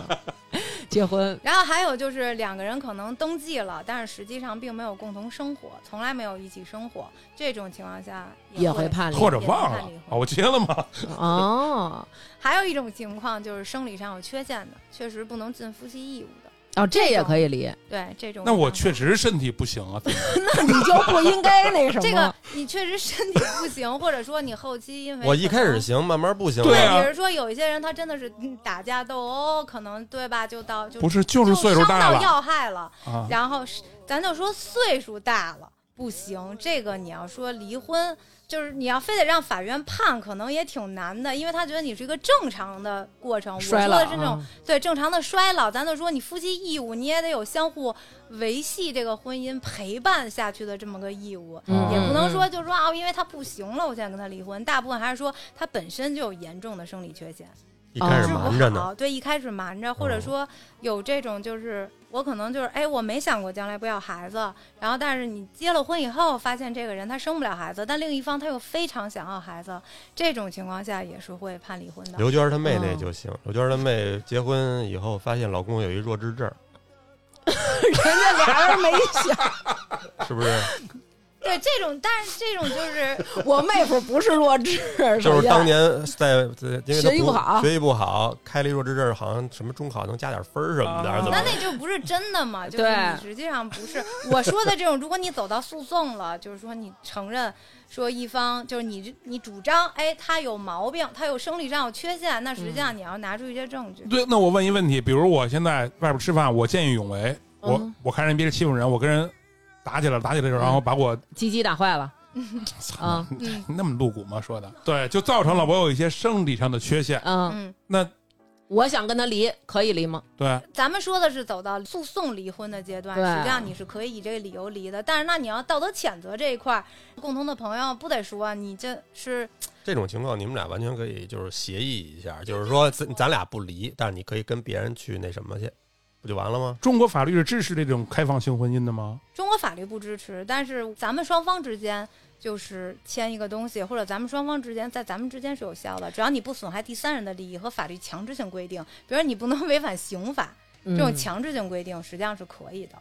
Speaker 1: 结 婚，
Speaker 4: 然后还有就是两个人可能登记了，但是实际上并没有共同生活，从来没有一起生活，这种情况下
Speaker 1: 也会
Speaker 4: 会
Speaker 1: 判离
Speaker 6: 或者忘
Speaker 4: 也
Speaker 6: 了
Speaker 4: 会判离婚
Speaker 6: 啊，我结了 吗？
Speaker 1: 哦
Speaker 4: 还有一种情况就是生理上有缺陷的，确实不能尽夫妻义务的。
Speaker 1: 哦，这也可以离，
Speaker 4: 对这种，
Speaker 6: 那我确实身体不行啊，怎么
Speaker 1: 那你就不应该那什么。
Speaker 4: 这个你确实身体不行，或者说你后期因为
Speaker 3: 我一开
Speaker 4: 可
Speaker 3: 始
Speaker 4: 能
Speaker 3: 行，慢慢不行
Speaker 6: 对
Speaker 3: 了。
Speaker 6: 啊
Speaker 4: 比如说有一些人他真的是嗯打架斗殴，可能对吧？就到就
Speaker 6: 不是就是
Speaker 4: 就
Speaker 6: 岁数大
Speaker 4: 伤到
Speaker 6: 了
Speaker 4: 要害了，
Speaker 6: 啊？
Speaker 4: 然后是咱就说岁数大了。不行，这个你要说离婚，就是你要非得让法院判，可能也挺难的，因为他觉得你是一个正常的过程。我说
Speaker 1: 衰老
Speaker 4: 的是那种
Speaker 1: 啊
Speaker 4: 对正常的衰老，咱就说你夫妻义务，你也得有相互维系这个婚姻、陪伴下去的这么个义务，
Speaker 1: 嗯
Speaker 4: 也不能说就说啊，因为他不行了，我现在跟他离婚。大部分还是说他本身就有严重的生理缺陷，
Speaker 3: 一开始
Speaker 4: 治
Speaker 3: 瞒着
Speaker 4: 不
Speaker 3: 呢，哦
Speaker 4: 好。对，一开始瞒着，或者说有这种就是我可能就是哎，我没想过将来不要孩子，然后但是你结了婚以后，发现这个人他生不了孩子，但另一方他又非常想要孩子，这种情况下也是会判离婚的。
Speaker 3: 刘娟儿她妹
Speaker 4: 哦
Speaker 3: 那就行，刘娟儿她妹结婚以后发现老公有一弱智症，
Speaker 1: 人家俩人没想，
Speaker 3: 是不是？
Speaker 4: 对这种，但是这种就是
Speaker 1: 我妹夫不是弱智，
Speaker 3: 就是
Speaker 1: 首先
Speaker 3: 当年在在因为她
Speaker 1: 学习不好
Speaker 3: 学习不好，开了一弱智证，好像什么中考能加点分儿什么的，
Speaker 6: 啊
Speaker 1: 哦
Speaker 3: 还是怎么
Speaker 4: 那
Speaker 3: 着？
Speaker 4: 那就不是真的嘛，就是
Speaker 1: 对
Speaker 4: 你实际上不是我说的这种。如果你走到诉讼了，就是说你承认说一方就是你你主张，哎，他有毛病，他有生理上有缺陷，那实际上你要拿出一些证据。
Speaker 6: 对，那我问一问题，比如我现在外边吃饭，我见义勇为，我、
Speaker 1: 嗯
Speaker 6: 我看人别人欺负人，我跟人打起来了，打起来之后，然后把我
Speaker 1: 鸡鸡打坏 了，
Speaker 6: 操
Speaker 1: 嗯
Speaker 4: 嗯
Speaker 6: 那么露骨吗？说的对，就造成了我有一些生理上的缺陷。
Speaker 1: 嗯，
Speaker 4: 嗯，
Speaker 6: 那
Speaker 1: 我想跟他离，可以离吗？
Speaker 6: 对，
Speaker 4: 咱们说的是走到诉讼离婚的阶段，
Speaker 1: 对
Speaker 4: 实际上你是可以以这个理由离的。但是那你要道德谴责这一块儿，共同的朋友不得说你这是
Speaker 3: 这种情况你们俩完全可以就是协议一下，就是说咱咱俩不离，但是你可以跟别人去那什么去，不就完了吗？
Speaker 6: 中国法律是支持这种开放性婚姻的吗？
Speaker 4: 中国法律不支持，但是咱们双方之间就是签一个东西，或者咱们双方之间在咱们之间是有效的，只要你不损害第三人的利益和法律强制性规定，比如说你不能违反刑法
Speaker 1: 这
Speaker 4: 这种强制性规定，实际上是可以的。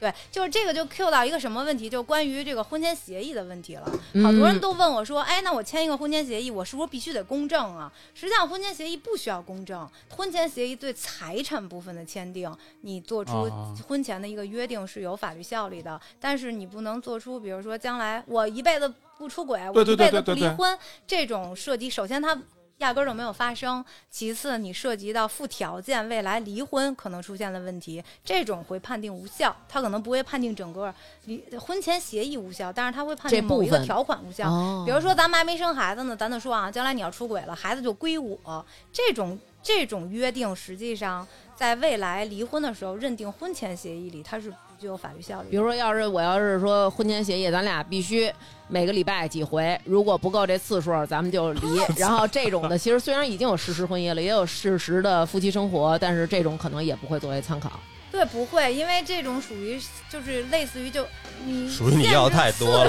Speaker 4: 对，就是这个就 Q 到一个什么问题，就关于这个婚前协议的问题了。
Speaker 6: 嗯
Speaker 4: 好多
Speaker 1: 嗯
Speaker 4: 人都问我说：“哎，那我签一个婚前协议，我是不是必须得公证啊？”实际上，婚前协议不需要公证，婚前协议对财产部分的签订，你做出
Speaker 6: 啊
Speaker 4: 婚前的一个约定是有法律效力的，但是你不能做出，比如说将来我一辈子不出轨，我
Speaker 6: 对对
Speaker 4: 一
Speaker 6: 对
Speaker 4: 辈子
Speaker 6: 对
Speaker 4: 不
Speaker 6: 对
Speaker 4: 离
Speaker 6: 对
Speaker 4: 婚这种涉及，首先它。压根儿就没有发生。其次，你涉及到附条件，未来离婚可能出现的问题，这种会判定无效。它可能不会判定整个离婚前协议无效，但是它会判
Speaker 1: 这
Speaker 4: 定某
Speaker 1: 部
Speaker 4: 一个
Speaker 1: 分
Speaker 4: 条款无效。
Speaker 1: 哦
Speaker 4: 比如说咱们还没生孩子呢，咱就说啊，将来你要出轨了，孩子就归我。这种这种约定，实际上在未来离婚的时候，认定婚前协议里它是不具有法律效力的。
Speaker 1: 比如说，要是我要是说婚前协议，咱俩必须每个礼拜几回，如果不够这次数，咱们就离。然后这种的，其实虽然已经有事实婚姻了，也有事实的夫妻生活，但是这种可能也不会作为参考。
Speaker 4: 对，不会，因为这种属于就是类似于就你
Speaker 3: 属于你要太多了，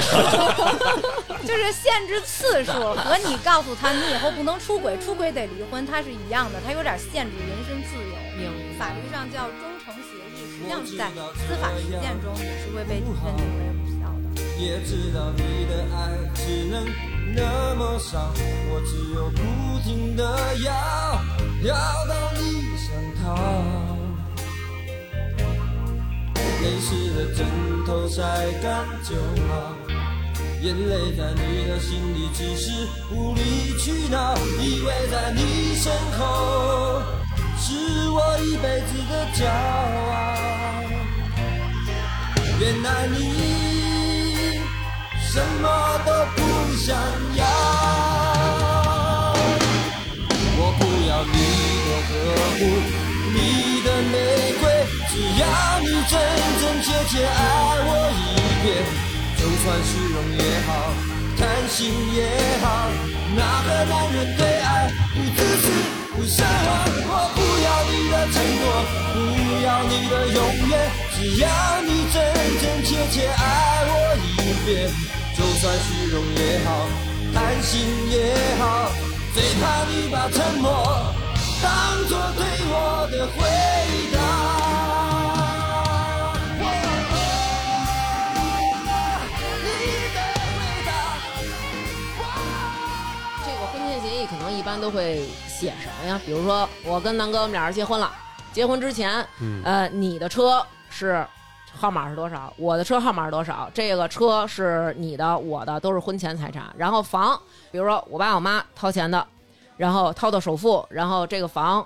Speaker 4: 就是限制次数和你告诉他你以后不能出轨，出轨得离婚，它是一样的，它有点限制人身自由。
Speaker 1: 明
Speaker 4: 法律上叫忠诚协议，实际上是在司法实践中也是会被认定为无效的。
Speaker 7: 也知道你的爱只能那么少，我只有不停的要，要到你想逃。泪湿了枕头晒干就好，眼泪在你的心里只是无理取闹，依偎在你身后，是我一辈子的骄傲。原来你什么都不想要，我不要你的呵护，你的玫瑰，只要你真真切切爱我一遍，就算虚荣也好，贪心也好，哪个男人对爱不自私？不奢望，我不要你的承诺，不要你的永远，只要你真真切切爱我一遍，就算虚荣也好，贪心也好，最怕你把沉默当作对我的回答。你的回答。
Speaker 1: 这个婚前协议可能一般都会写什么呀？比如说，我跟南哥我们俩人结婚了，结婚之前，
Speaker 3: 嗯
Speaker 1: 呃，你的车是号码是多少？我的车号码是多少？这个车是你的、我的，都是婚前财产。然后房，比如说我爸我妈掏钱的，然后掏的首付，然后这个房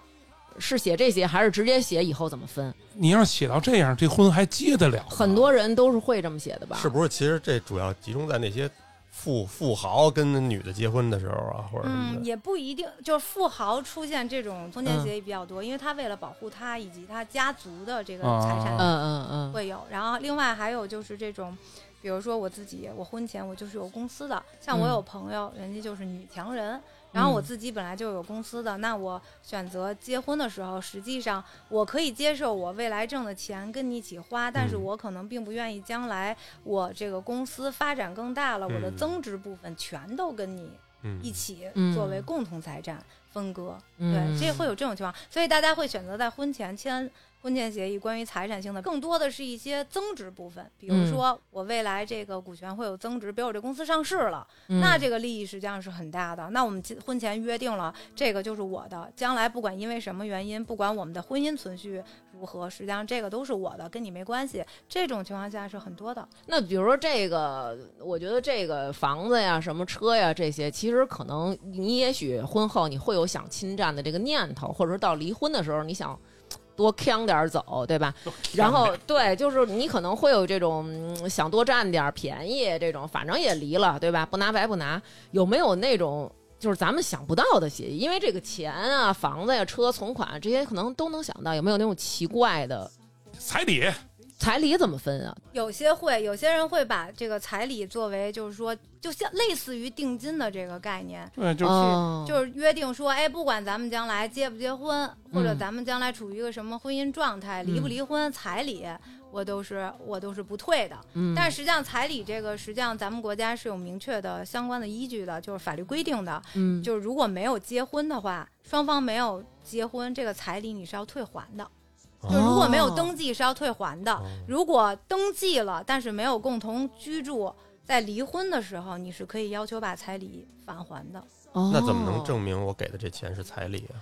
Speaker 1: 是写这些，还是直接写以后怎么分？
Speaker 6: 你要是写到这样，这婚还结得了吗？
Speaker 1: 很多人都是会这么写的吧？
Speaker 3: 是不是？其实这主要集中在那些富富豪跟女的结婚的时候啊，或者什么
Speaker 4: 嗯，
Speaker 3: 的。
Speaker 4: 也不一定，就是富豪出现这种婚前协议比较多，因为他为了保护他以及他家族的这个财产
Speaker 6: 啊
Speaker 1: 嗯嗯嗯，
Speaker 4: 会有，然后另外还有就是这种。比如说我自己，我婚前我就是有公司的，像我
Speaker 1: 嗯
Speaker 4: 有朋友，人家就是女强人。然后我
Speaker 1: 嗯
Speaker 4: 自己本来就有公司的，那我选择结婚的时候，实际上我可以接受我未来挣的钱跟你一起花，但是
Speaker 3: 嗯
Speaker 4: 我可能并不愿意将来我这个公司发展更大了，我的
Speaker 3: 嗯
Speaker 4: 增值部分全都跟你
Speaker 3: 嗯，
Speaker 4: 一起
Speaker 1: 嗯
Speaker 4: 作为共同财产分割。
Speaker 1: 嗯
Speaker 4: 对，这会有这种情况，所以大家会选择在婚前签婚前协议，关于财产性的，更多的是一些增值部分，比如
Speaker 1: 嗯
Speaker 4: 说我未来这个股权会有增值，比如我这公司上市了，
Speaker 1: 嗯
Speaker 4: 那这个利益实际上是很大的。那我们结婚前约定了，这个就是我的，将来不管因为什么原因，不管我们的婚姻存续如何，实际上这个都是我的，跟你没关系。这种情况下是很多的。
Speaker 1: 那比如说这个，我觉得这个房子呀、什么车呀这些，其实可能你也许婚后你会有想侵占的这个念头，或者说到离婚的时候你想。多呛点儿走，对吧？然后对，就是你可能会有这种嗯想多占点儿便宜这种，反正也离了，对吧？不拿白不拿。有没有那种就是咱们想不到的协议？因为这个钱啊、房子呀、车、存款这些可能都能想到，有没有那种奇怪的
Speaker 6: 彩礼
Speaker 1: 彩礼怎么分啊？
Speaker 4: 有些会，有些人会把这个彩礼作为，就是说，就像类似于定金的这个概念，
Speaker 6: 对，就是
Speaker 1: 哦
Speaker 4: 就是约定说，哎，不管咱们将来结不结婚，或者
Speaker 1: 嗯
Speaker 4: 咱们将来处于一个什么婚姻状态，离不
Speaker 1: 嗯
Speaker 4: 离婚，彩礼我都是我都是不退的。
Speaker 1: 嗯
Speaker 4: 但实际上，彩礼这个实际上咱们国家是有明确的相关的依据的，就是法律规定的。
Speaker 1: 嗯
Speaker 4: 就是如果没有结婚的话，双方没有结婚，这个彩礼你是要退还的。
Speaker 3: 哦
Speaker 4: 就如果没有登记是要退还的，
Speaker 3: 哦
Speaker 4: 如果登记了但是没有共同居住，在离婚的时候你是可以要求把彩礼返还的。
Speaker 3: 那怎么能
Speaker 1: 哦
Speaker 3: 证明我给的这钱是彩礼啊？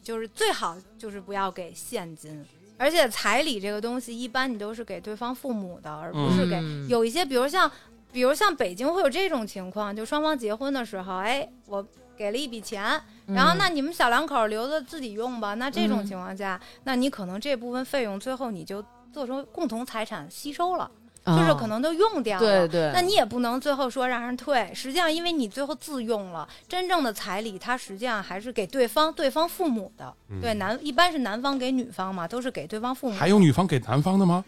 Speaker 4: 就是最好就是不要给现金。而且彩礼这个东西，一般你都是给对方父母的，而不是给、
Speaker 1: 嗯
Speaker 4: 有一些，比如像，比如像北京会有这种情况，就双方结婚的时候，哎，我给了一笔钱，然后
Speaker 1: 嗯
Speaker 4: 那你们小两口留着自己用吧。那这种
Speaker 1: 嗯
Speaker 4: 情况下，那你可能这部分费用最后你就做成共同财产吸收了，就是可能都用掉了。
Speaker 1: 哦嗯对对，
Speaker 4: 那你也不能最后说让人退，实际上因为你最后自用了，真正的彩礼它实际上还是给对方对方父母的，
Speaker 3: 嗯
Speaker 4: 对男一般是男方给女方嘛，都是给对方父母，
Speaker 6: 还有女方给男方的吗？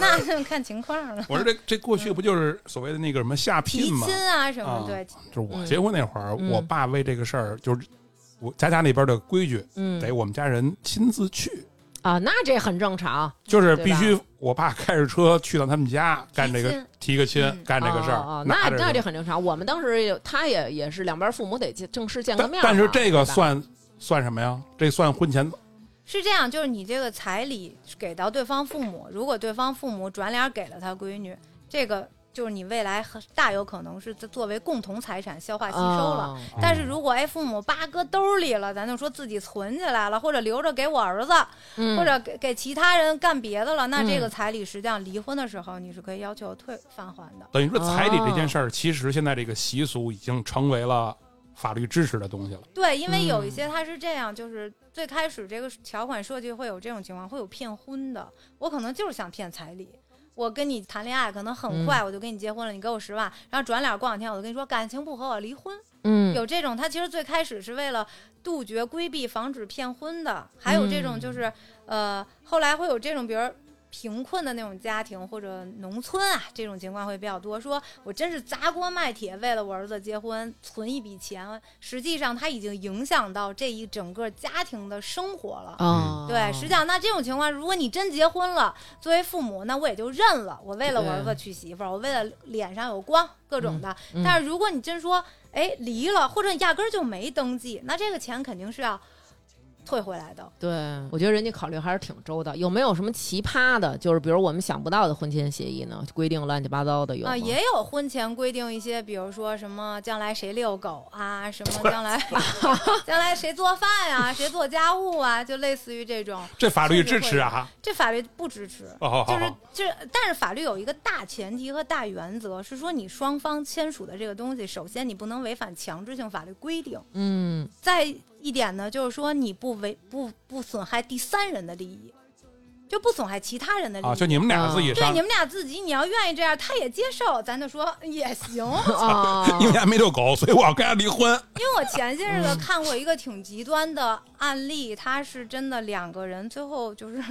Speaker 4: 那 就看情况了。
Speaker 6: 我说这这过去不就是所谓的那个什么下
Speaker 4: 提
Speaker 6: 聘吗？
Speaker 4: 亲啊什么
Speaker 6: 啊
Speaker 4: 对，
Speaker 6: 就是我
Speaker 1: 嗯
Speaker 6: 结婚那会儿，
Speaker 1: 嗯
Speaker 6: 我爸为这个事儿，就是我咱家那边的规矩，
Speaker 1: 嗯
Speaker 6: 得我们家人亲自去，
Speaker 1: 啊，那这很正常，
Speaker 6: 就是
Speaker 1: 嗯对
Speaker 6: 必
Speaker 1: 吧
Speaker 6: 须我爸开着车去到他们家干这
Speaker 4: 提
Speaker 6: 个
Speaker 4: 亲
Speaker 6: 提个亲
Speaker 4: 嗯，
Speaker 6: 干这个事
Speaker 1: 哦哦
Speaker 6: 儿
Speaker 1: 哦。那
Speaker 6: 拿着
Speaker 1: 那
Speaker 6: 个
Speaker 1: 这很正常。我们当时有他也也是两边父母得见正式见个
Speaker 6: 但
Speaker 1: 面嘛，
Speaker 6: 但是这
Speaker 1: 对
Speaker 6: 个
Speaker 1: 吧
Speaker 6: 算算什么呀？这算婚前
Speaker 4: 是这样，就是你这个彩礼给到对方父母，如果对方父母转脸给了他闺女，这个就是你未来很大有可能是作为共同财产消化吸收了。
Speaker 1: 哦
Speaker 4: 但是如果哎父母叭搁兜里了，咱就说自己存起来了，或者留着给我儿子，
Speaker 1: 嗯
Speaker 4: 或者给给其他人干别的了，那这
Speaker 1: 嗯
Speaker 4: 个彩礼实际上离婚的时候你是可以要求退返还的。
Speaker 6: 等于说
Speaker 1: 哦
Speaker 6: 彩礼这件事儿，其实现在这个习俗已经成为了法律支持的东西了。
Speaker 4: 对，因为有一
Speaker 1: 嗯
Speaker 4: 些它是这样，就是最开始这个条款设计会有这种情况，会有骗婚的。我可能就是想骗彩礼，我跟你谈恋爱可能
Speaker 1: 嗯
Speaker 4: 很快我就跟你结婚了，你给我十万，然后转脸过两天我就跟你说感情不和，我离婚。
Speaker 1: 嗯
Speaker 4: 有这种，他其实最开始是为了杜绝、规避、防止骗婚的，还有这种就是，
Speaker 1: 嗯
Speaker 4: 呃，后来会有这种，比如。贫困的那种家庭或者农村啊，这种情况会比较多。说我真是砸锅卖铁为了我儿子结婚存一笔钱，实际上他已经影响到这一整个家庭的生活了。
Speaker 1: 哦
Speaker 4: 对，实际上那这种情况，如果你真结婚了，作为父母，那我也就认了。我为了我儿子娶媳妇儿，我为了脸上有光，各种的。
Speaker 1: 嗯
Speaker 4: 但是如果你真说，哎，离了，或者压根儿就没登记，那这个钱肯定是要退回来的。
Speaker 1: 对，我觉得人家考虑还是挺周到。有没有什么奇葩的？就是比如我们想不到的婚前协议呢？规定乱七八糟的有
Speaker 4: 啊、
Speaker 1: 吗
Speaker 4: 也有婚前规定一些，比如说什么将来谁遛狗 啊，什么将来 将来谁做饭呀、谁做家务啊，就类似于这种。
Speaker 6: 这法律支持啊！
Speaker 4: 这法律不支持，
Speaker 6: 哦好好
Speaker 4: 就是
Speaker 6: 好
Speaker 4: 就是，但是法律有一个大前提和大原则是说，你双方签署的这个东西，首先你不能违反强制性法律规定，
Speaker 1: 嗯
Speaker 4: 再一点呢，就是说你不违不不损害第三人的利益，就不损害其他人的利益。
Speaker 6: 啊，就你们俩自
Speaker 1: 嗯
Speaker 6: 己
Speaker 4: 对
Speaker 6: 商
Speaker 4: 你，们俩自己，你要愿意这样，他也接受，咱就说 也行。
Speaker 1: 啊，
Speaker 6: 你们俩没遛狗，所以我要跟他离婚。
Speaker 1: 嗯
Speaker 4: 因为我前些日子看过一个挺极端的案例，他是真的两个人最后就是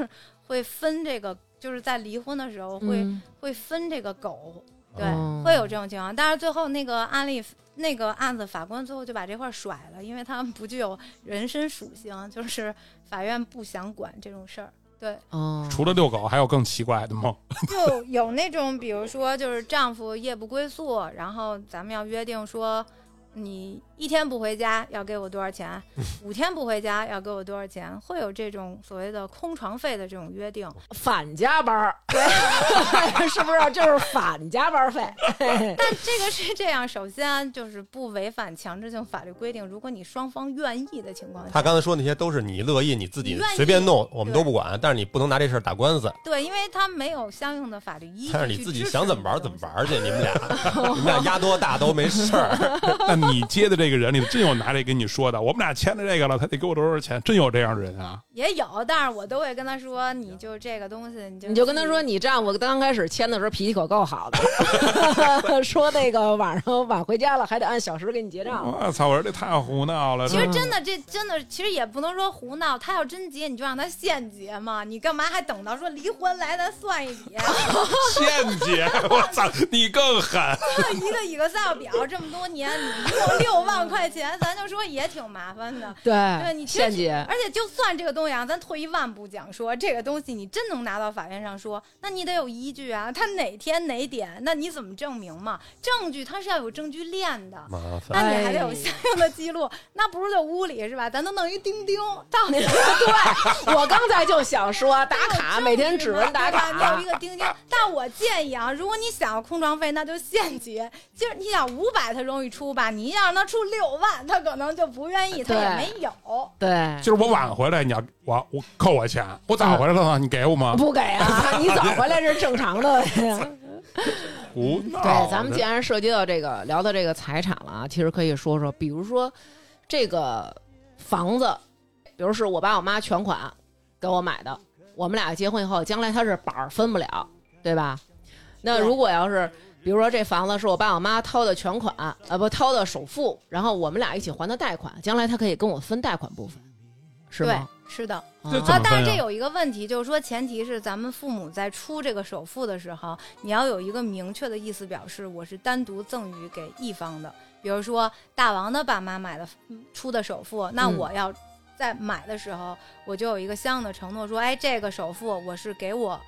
Speaker 4: 会分这个，就是在离婚的时候会、
Speaker 1: 嗯
Speaker 4: 会分这个狗，对，
Speaker 1: 哦
Speaker 4: 会有这种情况。但是最后那个案例，那个案子，法官最后就把这块儿甩了，因为他们不具有人身属性，就是法院不想管这种事儿。对，
Speaker 1: 哦，
Speaker 6: 除了遛狗，还有更奇怪的吗？
Speaker 4: 就有那种，比如说就是丈夫夜不归宿，然后咱们要约定说，你一天不回家要给我多少钱，五天不回家要给我多少钱，会有这种所谓的空床费的这种约定。
Speaker 1: 反加班儿，是不是就是反加班费？
Speaker 4: 但这个是这样，首先就是不违反强制性法律规定，如果你双方愿意的情况
Speaker 3: 他
Speaker 4: 下。
Speaker 3: 刚才说那些都是你乐意，你自己
Speaker 4: 你愿意
Speaker 3: 随便弄，我们
Speaker 4: 对
Speaker 3: 都不管。但是你不能拿这事儿打官司，
Speaker 4: 对，因为他没有相应的法律依据去支持这
Speaker 3: 但是
Speaker 4: 个东西。
Speaker 3: 你自己想怎么玩儿怎么玩儿去。你们俩， 你们俩压多大都没事儿。
Speaker 6: 那你接的这个人里，真有拿这跟你说的，我们俩签了这个了，他得给我多少钱？真有这样的人啊？
Speaker 4: 也有，但是我都会跟他说，你就这个东西，你就
Speaker 1: 你就跟他
Speaker 4: 自己
Speaker 1: 说，你这样，我刚开始签的时候脾气可够好的，说那个晚上晚回家了还得按小时给你结账。
Speaker 6: 我啊操！我说这太胡闹了。
Speaker 4: 其
Speaker 1: 嗯
Speaker 4: 实真的，这真的，其实也不能说胡闹。他要真结，你就让他现结嘛，你干嘛还等到说离婚来咱算一啊笔，
Speaker 6: 陷阱，我操！你更狠。
Speaker 4: 一个一个 Excel 表这么多年，你一共六万块钱，咱就说也挺麻烦的。对
Speaker 1: 对
Speaker 4: 你
Speaker 1: 陷
Speaker 4: 其实
Speaker 1: 阱。
Speaker 4: 而且就算这个东西啊，咱退一万步讲说，这个东西你真能拿到法院上说，那你得有依据啊。他哪天哪点，那你怎么证明嘛？证据它是要有证据链的。
Speaker 3: 麻烦，
Speaker 4: 那你还得
Speaker 1: 哎
Speaker 4: 有相应的记录，那不是在屋里是吧？咱都弄一钉钉，到底对
Speaker 1: 我刚才就想说，打 卡每天指纹打
Speaker 4: 对吧
Speaker 1: 卡
Speaker 4: 弄一，个钉钉。但我建议啊，如果你想要空床费，那就现结。就是你想五百，他容易出吧？你要让他出六万，他可能就不愿意，他
Speaker 1: 对
Speaker 4: 也没有。
Speaker 1: 对，
Speaker 6: 就是我晚回来，你要我我扣我钱，我
Speaker 4: 嗯
Speaker 6: 早回来了，你给我吗？
Speaker 1: 不给啊！你早回来是正常的。
Speaker 6: 胡闹。
Speaker 1: 对，咱们既然涉及到这个，聊到这个财产了啊，其实可以说说，比如说这个房子，比如是我爸我妈全款给我买的，我们俩结婚以后，将来他是板儿分不了，对吧？那如果要是比如说这房子是我爸我妈掏的全款，呃不掏的首付，然后我们俩一起还的贷款，将来他可以跟我分贷款部分，是
Speaker 4: 对
Speaker 1: 吗？，
Speaker 4: 是的。
Speaker 6: 这
Speaker 1: 啊
Speaker 6: 怎么
Speaker 4: 啊，
Speaker 6: 分
Speaker 4: 但是
Speaker 6: 呀
Speaker 4: 这有一个问题，就是说，前提是咱们父母在出这个首付的时候，你要有一个明确的意思表示，我是单独赠与给一方的。比如说，大王的爸妈买的嗯出的首付，那
Speaker 1: 嗯
Speaker 4: 我要在买的时候，我就有一个相应的承诺，说，哎，这个首付我是给我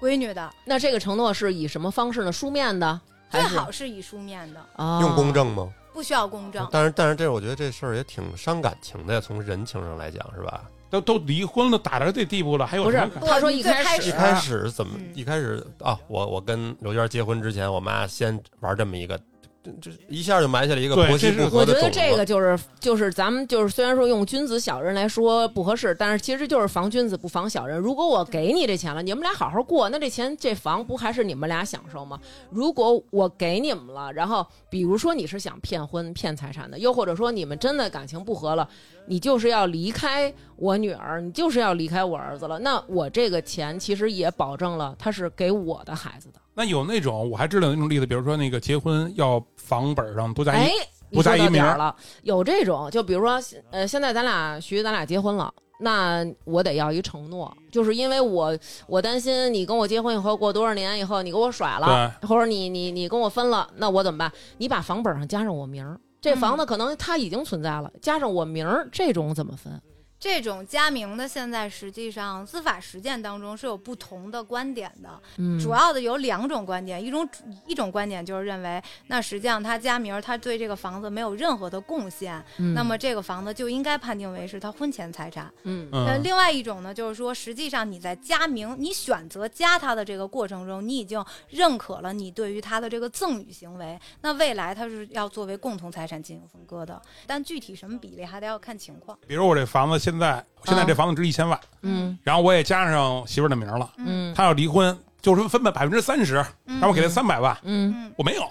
Speaker 4: 闺女的，
Speaker 1: 那这个承诺是以什么方式呢？书面的还
Speaker 4: 最
Speaker 1: 是
Speaker 4: 好是以书面的，
Speaker 1: 啊
Speaker 3: 用公证吗？
Speaker 4: 不需要公证。
Speaker 3: 但是但是这我觉得这事儿也挺伤感情的，从人情上来讲是吧？
Speaker 6: 都都离婚了，打到这地步了，还有
Speaker 1: 不是
Speaker 6: 什么感？
Speaker 1: 他说
Speaker 4: 你
Speaker 1: 一
Speaker 4: 最
Speaker 1: 开
Speaker 4: 开
Speaker 1: 始
Speaker 6: 啊
Speaker 3: 一开始怎么
Speaker 4: 嗯
Speaker 3: 一开始啊？我我跟刘娟结婚之前，我妈先玩这么一个，这这这一下就埋下了一个
Speaker 6: 对
Speaker 3: 婆媳
Speaker 6: 这是
Speaker 3: 不
Speaker 1: 我
Speaker 3: 和
Speaker 1: 觉
Speaker 3: 的种
Speaker 1: 得
Speaker 3: 子。
Speaker 1: 这个就是就是咱们就是虽然说用君子小人来说不合适，但是其实就是防君子不防小人。如果我给你这钱了，你们俩好好过，那这钱这房不还是你们俩享受吗？如果我给你们了，然后比如说你是想骗婚骗财产的，又或者说你们真的感情不和了，你就是要离开我女儿，你就是要离开我儿子了，那我这个钱其实也保证了他是给我的孩子的。
Speaker 6: 那有那种我还知道有那种例子，比如说那个结婚要房本上多加一
Speaker 1: 哎，
Speaker 6: 不在
Speaker 1: 你说
Speaker 6: 一
Speaker 1: 到点
Speaker 6: 名
Speaker 1: 儿
Speaker 6: 儿
Speaker 1: 了。有这种，就比如说，呃，现在咱俩徐，咱俩结婚了。那我得要一承诺，就是因为我我担心你跟我结婚以后过多少年以后你给我甩了，或者你你你跟我分了，那我怎么办？你把房本上加上我名儿，这房
Speaker 4: 嗯
Speaker 1: 子可能它已经存在了，加上我名儿，这种怎么分？
Speaker 4: 这种加名的，现在实际上司法实践当中是有不同的观点的。
Speaker 1: 嗯，
Speaker 4: 主要的有两种观点，一种一种观点就是认为，那实际上他加名儿，他对这个房子没有任何的贡献，
Speaker 1: 嗯
Speaker 4: 那么这个房子就应该判定为是他婚前财产。
Speaker 1: 嗯
Speaker 4: 那
Speaker 6: 嗯，
Speaker 4: 另外一种呢，就是说，实际上你在加名，你选择加他的这个过程中，你已经认可了你对于他的这个赠与行为，那未来他是要作为共同财产进行分割的，但具体什么比例还得要看情况。
Speaker 6: 比如我这房子现在现在
Speaker 1: 嗯
Speaker 6: 这房子值一千万，
Speaker 1: 嗯
Speaker 6: 然后我也加上媳妇儿的名儿了，
Speaker 1: 嗯
Speaker 6: 他要离婚就是分百分之三十，
Speaker 4: 嗯
Speaker 6: 然后我给他三百万，
Speaker 1: 嗯
Speaker 4: 嗯，
Speaker 6: 我没有，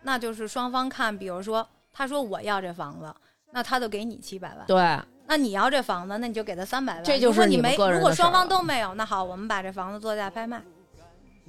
Speaker 4: 那就是双方看，比如说他说我要这房子，那他就给你七百万。
Speaker 1: 对，
Speaker 4: 那你要这房子，那你就给他三百万。
Speaker 1: 这就是
Speaker 4: 如果
Speaker 1: 你
Speaker 4: 你
Speaker 1: 们
Speaker 4: 没，
Speaker 1: 个人的
Speaker 4: 如果
Speaker 1: 事儿
Speaker 4: 双方
Speaker 1: 了
Speaker 4: 都没有，那好，我们把这房子作价拍卖。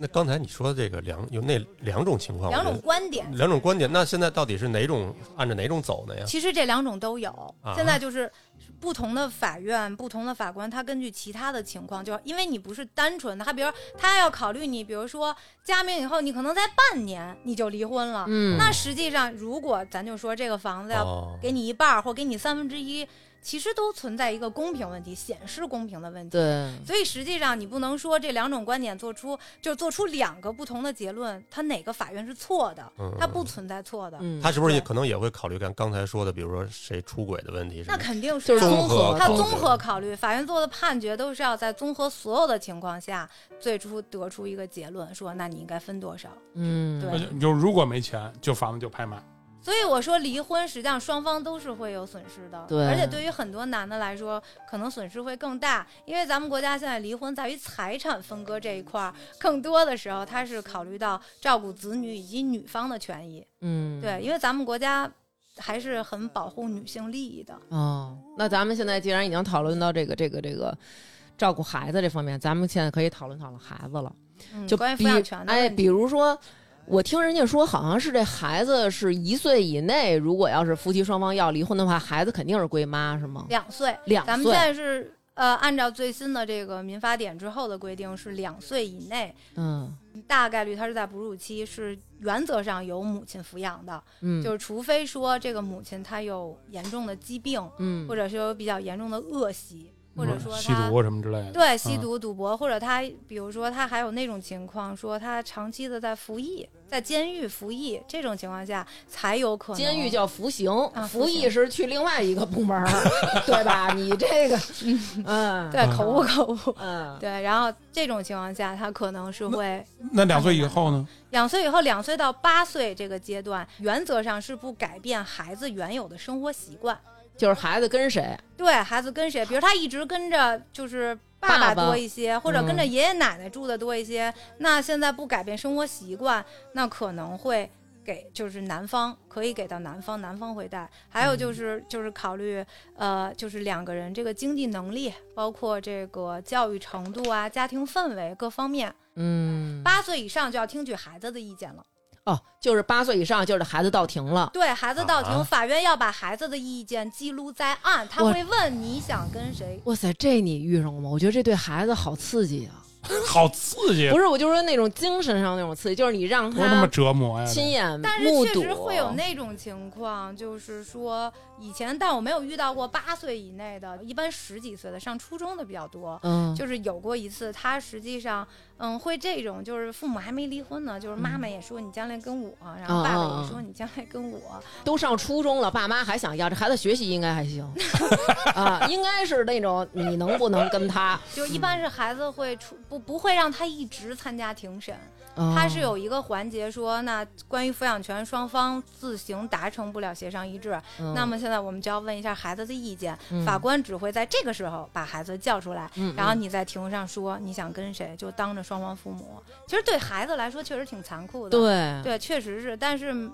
Speaker 3: 那刚才你说这个两有那两种情况，
Speaker 4: 两
Speaker 3: 我
Speaker 4: 种
Speaker 3: 觉
Speaker 4: 观点
Speaker 3: 得。两种观点，那现在到底是哪种按着哪种走的呀？
Speaker 4: 其实这两种都有，
Speaker 3: 嗯啊
Speaker 4: 现在就是不同的法院、不同的法官，他根据其他的情况，就是因为你不是单纯的，他比如他要考虑你，比如说加名以后，你可能在半年你就离婚了，
Speaker 1: 嗯
Speaker 4: 那实际上如果咱就说这个房子要
Speaker 3: 哦，
Speaker 4: 给你一半儿或给你三分之一，其实都存在一个公平问题，显示公平的问题。
Speaker 1: 对，
Speaker 4: 所以实际上，你不能说这两种观点做出就做出两个不同的结论，它哪个法院是错的
Speaker 3: 嗯，
Speaker 4: 它不存在错的，
Speaker 1: 嗯，
Speaker 3: 他是不是也可能也会考虑看刚才说的，比如说谁出轨的问题什
Speaker 4: 那
Speaker 3: 么的？
Speaker 4: 肯定是
Speaker 1: 就是
Speaker 4: 啊
Speaker 1: 综合
Speaker 4: 他
Speaker 3: 综
Speaker 4: 综合考虑，法院做的判决都是要在综合所有的情况下，最初得出一个结论，说那你应该分多少。
Speaker 1: 嗯，
Speaker 4: 对
Speaker 6: 那就就如果没钱，就房子就拍卖。
Speaker 4: 所以我说离婚，实际上双方都是会有损失的，
Speaker 1: 对
Speaker 4: 而且对于很多男的来说，可能损失会更大，因为咱们国家现在离婚在于财产分割这一块儿，更多的时候他是考虑到照顾子女以及女方的权益。
Speaker 1: 嗯，
Speaker 4: 对，因为咱们国家还是很保护女性利益的。
Speaker 1: 哦，那咱们现在既然已经讨论到这个这个这个照顾孩子这方面，咱们现在可以讨论讨论孩子了，
Speaker 4: 嗯，
Speaker 1: 就
Speaker 4: 关于
Speaker 1: 比
Speaker 4: 抚养权的
Speaker 1: 哎，
Speaker 4: 问题
Speaker 1: 比如说。我听人家说，好像是这孩子是一岁以内，如果要是夫妻双方要离婚的话，孩子肯定是归妈，是吗？
Speaker 4: 两岁，
Speaker 1: 两
Speaker 4: 咱们
Speaker 1: 岁
Speaker 4: 现在是呃，按照最新的这个民法典之后的规定，是两岁以内，
Speaker 1: 嗯
Speaker 4: 大概率他是在哺乳期，是原则上由母亲抚养的，
Speaker 1: 嗯，
Speaker 4: 就是除非说这个母亲她有严重的疾病，
Speaker 1: 嗯，
Speaker 4: 或者是有比较严重的恶习，或者说
Speaker 6: 吸
Speaker 4: 她。
Speaker 6: 毒什么之类的。
Speaker 4: 对
Speaker 1: 嗯
Speaker 4: 吸毒、赌博，或者她比如说她还有那种情况，说她长期的在服役，在监狱服役这种情况下，才有可能
Speaker 1: 监狱叫服刑，
Speaker 4: 啊服
Speaker 1: 服役
Speaker 4: 刑
Speaker 1: 是去另外一个部门儿， 对吧？你这 个，嗯，
Speaker 4: 对口误口误，
Speaker 1: 嗯，
Speaker 4: 对，然后这种情况下，她可能是会
Speaker 6: 那两岁以后呢？
Speaker 4: 两岁以后，两岁到八岁这个阶段，原则上是不改变孩子原有的生活习惯。
Speaker 1: 就是孩子跟谁，
Speaker 4: 对孩子跟谁，比如他一直跟着就是爸
Speaker 1: 爸
Speaker 4: 爸
Speaker 1: 爸
Speaker 4: 多一些，或者跟着爷爷奶奶住的多一些，那现在不改变生活习惯，那可能会给就是男方可以给到男方，男方会带。还有就是、就是考虑呃，就是两个人这个经济能力，包括这个教育程度啊、家庭氛围各方面。
Speaker 1: 嗯，
Speaker 4: 八岁以上就要听取孩子的意见了。
Speaker 1: 哦，就是八岁以上，就是孩子到庭了，
Speaker 4: 对孩子到庭，
Speaker 3: 啊
Speaker 4: 法院要把孩子的意见记录在案，他
Speaker 1: 我
Speaker 4: 会问你想跟谁。
Speaker 1: 哇塞，这你遇上过吗？我觉得这对孩子好刺激啊！
Speaker 6: 好刺激，
Speaker 1: 不是，我就说那种精神上那种刺激，就是你让
Speaker 6: 多他妈
Speaker 1: 他
Speaker 6: 折磨呀！
Speaker 1: 亲眼
Speaker 4: 但是
Speaker 1: 嗯目
Speaker 4: 确
Speaker 1: 睹，啊
Speaker 4: 实会有那种情况，就是说以前，但我没有遇到过八岁以内的，一般十几岁的上初中的比较多。
Speaker 1: 嗯，
Speaker 4: 就是有过一次，他实际上，嗯，会这种，就是父母还没离婚呢，就是妈
Speaker 1: 嗯
Speaker 4: 妈也说你将来跟我，然后爸爸也说你将来跟我，
Speaker 1: 都上初中了，爸妈还想要，这孩子学习应该还 行啊，应该是那种你能不能跟 他，
Speaker 4: 就一般是孩子会出不不会让他一直参加庭审，
Speaker 1: 他
Speaker 4: 它是有一个环节说，那关于抚养权双方自行达成不了协商一致，
Speaker 1: 嗯
Speaker 4: 那么现在我们就要问一下孩子的意见，法官只会在这个时候把孩子叫出来，
Speaker 1: 嗯
Speaker 4: 然后你在庭上说你想跟谁，就当着双方父母。其实对孩子来说确实挺残酷的，
Speaker 1: 对
Speaker 4: 对，确实是，但是嗯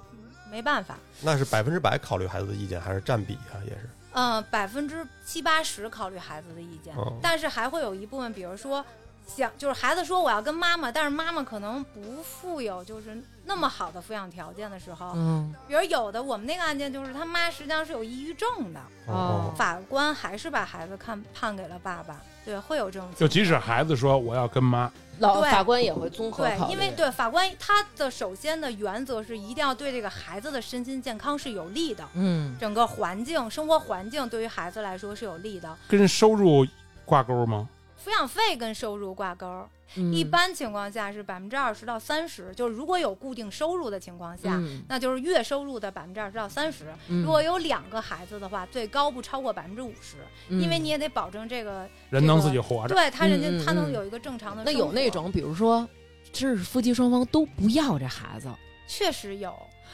Speaker 4: 没办法，
Speaker 3: 那是百分之百考虑孩子的意见，还是占比啊？也是
Speaker 4: 嗯，百分之七八十考虑孩子的意见，
Speaker 3: 哦
Speaker 4: 但是还会有一部分，比如说想就是孩子说我要跟妈妈，但是妈妈可能不富有就是那么好的抚养条件的时候，
Speaker 1: 嗯
Speaker 4: 比如有的我们那个案件就是他妈实际上是有抑郁症的，
Speaker 1: 哦
Speaker 4: 法官还是把孩子看判给了爸爸，对，会有这种情
Speaker 6: 就即使孩子说我要跟妈，
Speaker 1: 老
Speaker 4: 对
Speaker 1: 法官也会综合
Speaker 4: 对
Speaker 1: 考，虑，
Speaker 4: 因为对法官他的首先的原则是一定要对这个孩子的身心健康是有利的，
Speaker 1: 嗯，
Speaker 4: 整个环境生活环境对于孩子来说是有利的，
Speaker 6: 跟收入挂钩吗？
Speaker 4: 抚养费跟收入挂钩儿，
Speaker 1: 嗯
Speaker 4: 一般情况下是百分之二十到三十，就是如果有固定收入的情况下，
Speaker 1: 嗯
Speaker 4: 那就是月收入的百分之二十到三十。
Speaker 1: 嗯
Speaker 4: 如果有两个孩子的话，最高不超过百分之五十，因为
Speaker 1: 嗯
Speaker 4: 你也得保证这个
Speaker 6: 人能自己活着，
Speaker 4: 对他人家、
Speaker 1: 嗯嗯
Speaker 4: 他能
Speaker 1: 嗯
Speaker 4: 有一个正常的
Speaker 1: 那
Speaker 4: 生活。
Speaker 1: 有那种，比如说，这是夫妻双方都不要这孩子，
Speaker 4: 确实有，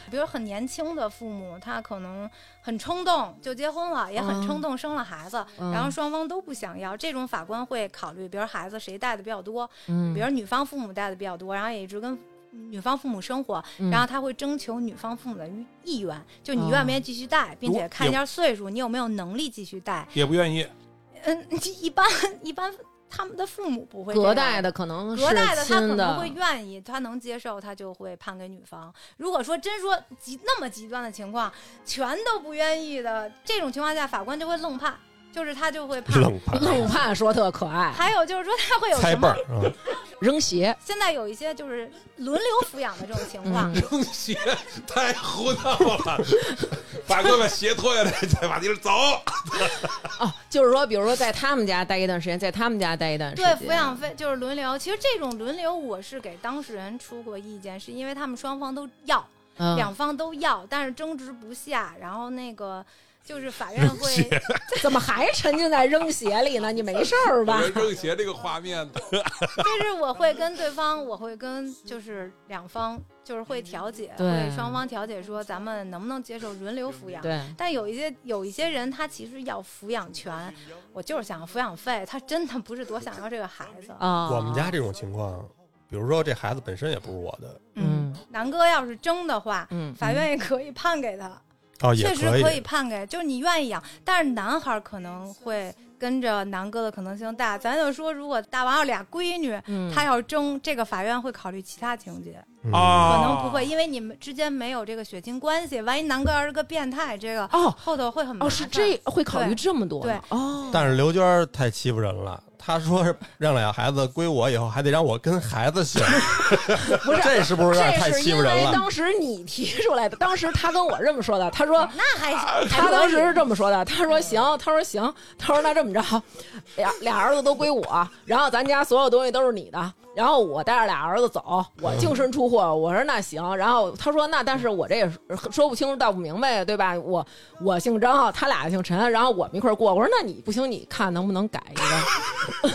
Speaker 4: 比如很年轻的父母，他可能很冲动就结婚了，也很
Speaker 1: 嗯
Speaker 4: 冲动生了孩子，
Speaker 1: 嗯
Speaker 4: 然后双方都不想要，这种法官会考虑，比如孩子谁带的比较多，
Speaker 1: 嗯
Speaker 4: 比如女方父母带的比较多，然后也一直跟女方父母生活，
Speaker 1: 嗯
Speaker 4: 然后他会征求女方父母的意愿，就
Speaker 1: 哦
Speaker 4: 你愿不愿意继续带，并且
Speaker 6: 有
Speaker 4: 看一下岁数，你有没有能力继续带。
Speaker 6: 也不愿意。
Speaker 4: 嗯，一般一般他们的父母不会这样
Speaker 1: 隔代的可能嗯是
Speaker 4: 隔代的他可
Speaker 1: 亲
Speaker 4: 能会
Speaker 1: 的，
Speaker 4: 愿意，他能接受，他就会判给女方。如果说真说极那么极端的情况，全都不愿意的这种情况下，法官就会愣判，就是他就会判。
Speaker 3: 冷盘
Speaker 1: 陆盼说特可爱，
Speaker 4: 还有就是说他会有
Speaker 3: 猜
Speaker 4: 什
Speaker 3: 辈
Speaker 4: 么
Speaker 3: 儿？，嗯
Speaker 1: 扔鞋，
Speaker 4: 现在有一些就是轮流抚养的这种情
Speaker 1: 嗯
Speaker 4: 况，
Speaker 3: 嗯
Speaker 6: 扔鞋太胡闹了，把哥把鞋脱下来，再把地儿走。
Speaker 1: 哦，就是说，比如说在他们家待一段时间，在他们家待一段时
Speaker 4: 对
Speaker 1: 间，
Speaker 4: 抚养费就是轮流。其实这种轮流，我是给当事人出过意见，是因为他们双方都要，
Speaker 1: 嗯
Speaker 4: 两方都要，但是争执不下，然后那个就是法院会。
Speaker 1: 怎么还沉浸在扔鞋里呢？你没事儿吧
Speaker 6: 我？觉得扔鞋这个画面，
Speaker 4: 就是我会跟对方，我会跟就是两方，就是会调解，
Speaker 1: 对
Speaker 4: 会双方调解说咱们能不能接受轮流抚养。
Speaker 1: 对，
Speaker 4: 但有一些有一些人，他其实要抚养权，我就是想要抚养费，他真的不是多想要这个孩子。
Speaker 1: 啊，
Speaker 3: 我们家这种情况，比如说这孩子本身也不是我的，
Speaker 1: 嗯
Speaker 4: 南哥要是争的话，
Speaker 1: 嗯，
Speaker 4: 法院也可以判给他，
Speaker 3: 哦，也
Speaker 4: 确实
Speaker 3: 以，
Speaker 4: 可以判给，就是你愿意养。但是男孩可能会跟着南哥的可能性大，咱就说，如果大王要俩闺女，
Speaker 1: 嗯
Speaker 4: 他要争，这个法院会考虑其他情节。
Speaker 3: 嗯
Speaker 6: 啊
Speaker 4: 可能不会，因为你们之间没有这个血亲关系。万一南哥要是个变态，这个
Speaker 1: 哦
Speaker 4: 后头会很麻
Speaker 1: 哦
Speaker 4: 烦。
Speaker 1: 是这会考虑
Speaker 4: 对
Speaker 1: 这么多呢哦，
Speaker 3: 但是刘娟儿太欺负人了，她说是让俩孩子归我以后，还得让我跟孩子 姓，
Speaker 1: 不是
Speaker 3: 这是不是有点太
Speaker 1: 这是
Speaker 3: 欺
Speaker 1: 因
Speaker 3: 负人
Speaker 1: 为
Speaker 3: 了？
Speaker 1: 当时你提出来的，当时他跟我这么说的，他说
Speaker 4: 那还还
Speaker 1: 他
Speaker 4: 可以
Speaker 1: 当时是这么说的，他说行，他说行，他说那这么着，俩俩儿子都归我，然后咱家所有东西都是你的，然后我带着俩儿子走，我净身出户。我说那行，然后他说那但是我这也说不清楚道不明白，对吧？我我姓张，他俩姓陈，然后我们一块儿过。我说那你不行，你看能不能改一个？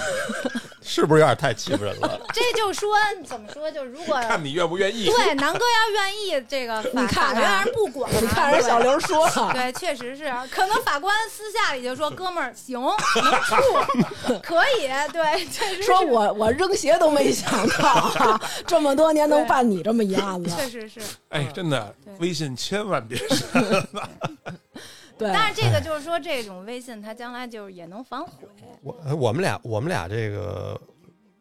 Speaker 3: 是不是有点太欺负人了？
Speaker 4: 这就说怎么说，就如果
Speaker 6: 看你愿不愿意。
Speaker 4: 对南哥要愿意，这个法
Speaker 1: 你 看看
Speaker 4: 法院人不管、
Speaker 1: 你看人小
Speaker 4: 刘。
Speaker 1: 刘说了，
Speaker 4: 对，确实是，可能法官私下里就说：“哥们儿，行，能 处，可以。”对，确实是
Speaker 1: 说我我扔鞋都没想到、 啊，这么多年能办你这么一案子，
Speaker 4: 确实是。
Speaker 6: 哎，真的
Speaker 4: 对，
Speaker 6: 微信千万别。
Speaker 1: 对。
Speaker 4: 但是这个就是说，这种微信它将来就是也能反悔。
Speaker 3: 我呃我们俩我们俩这个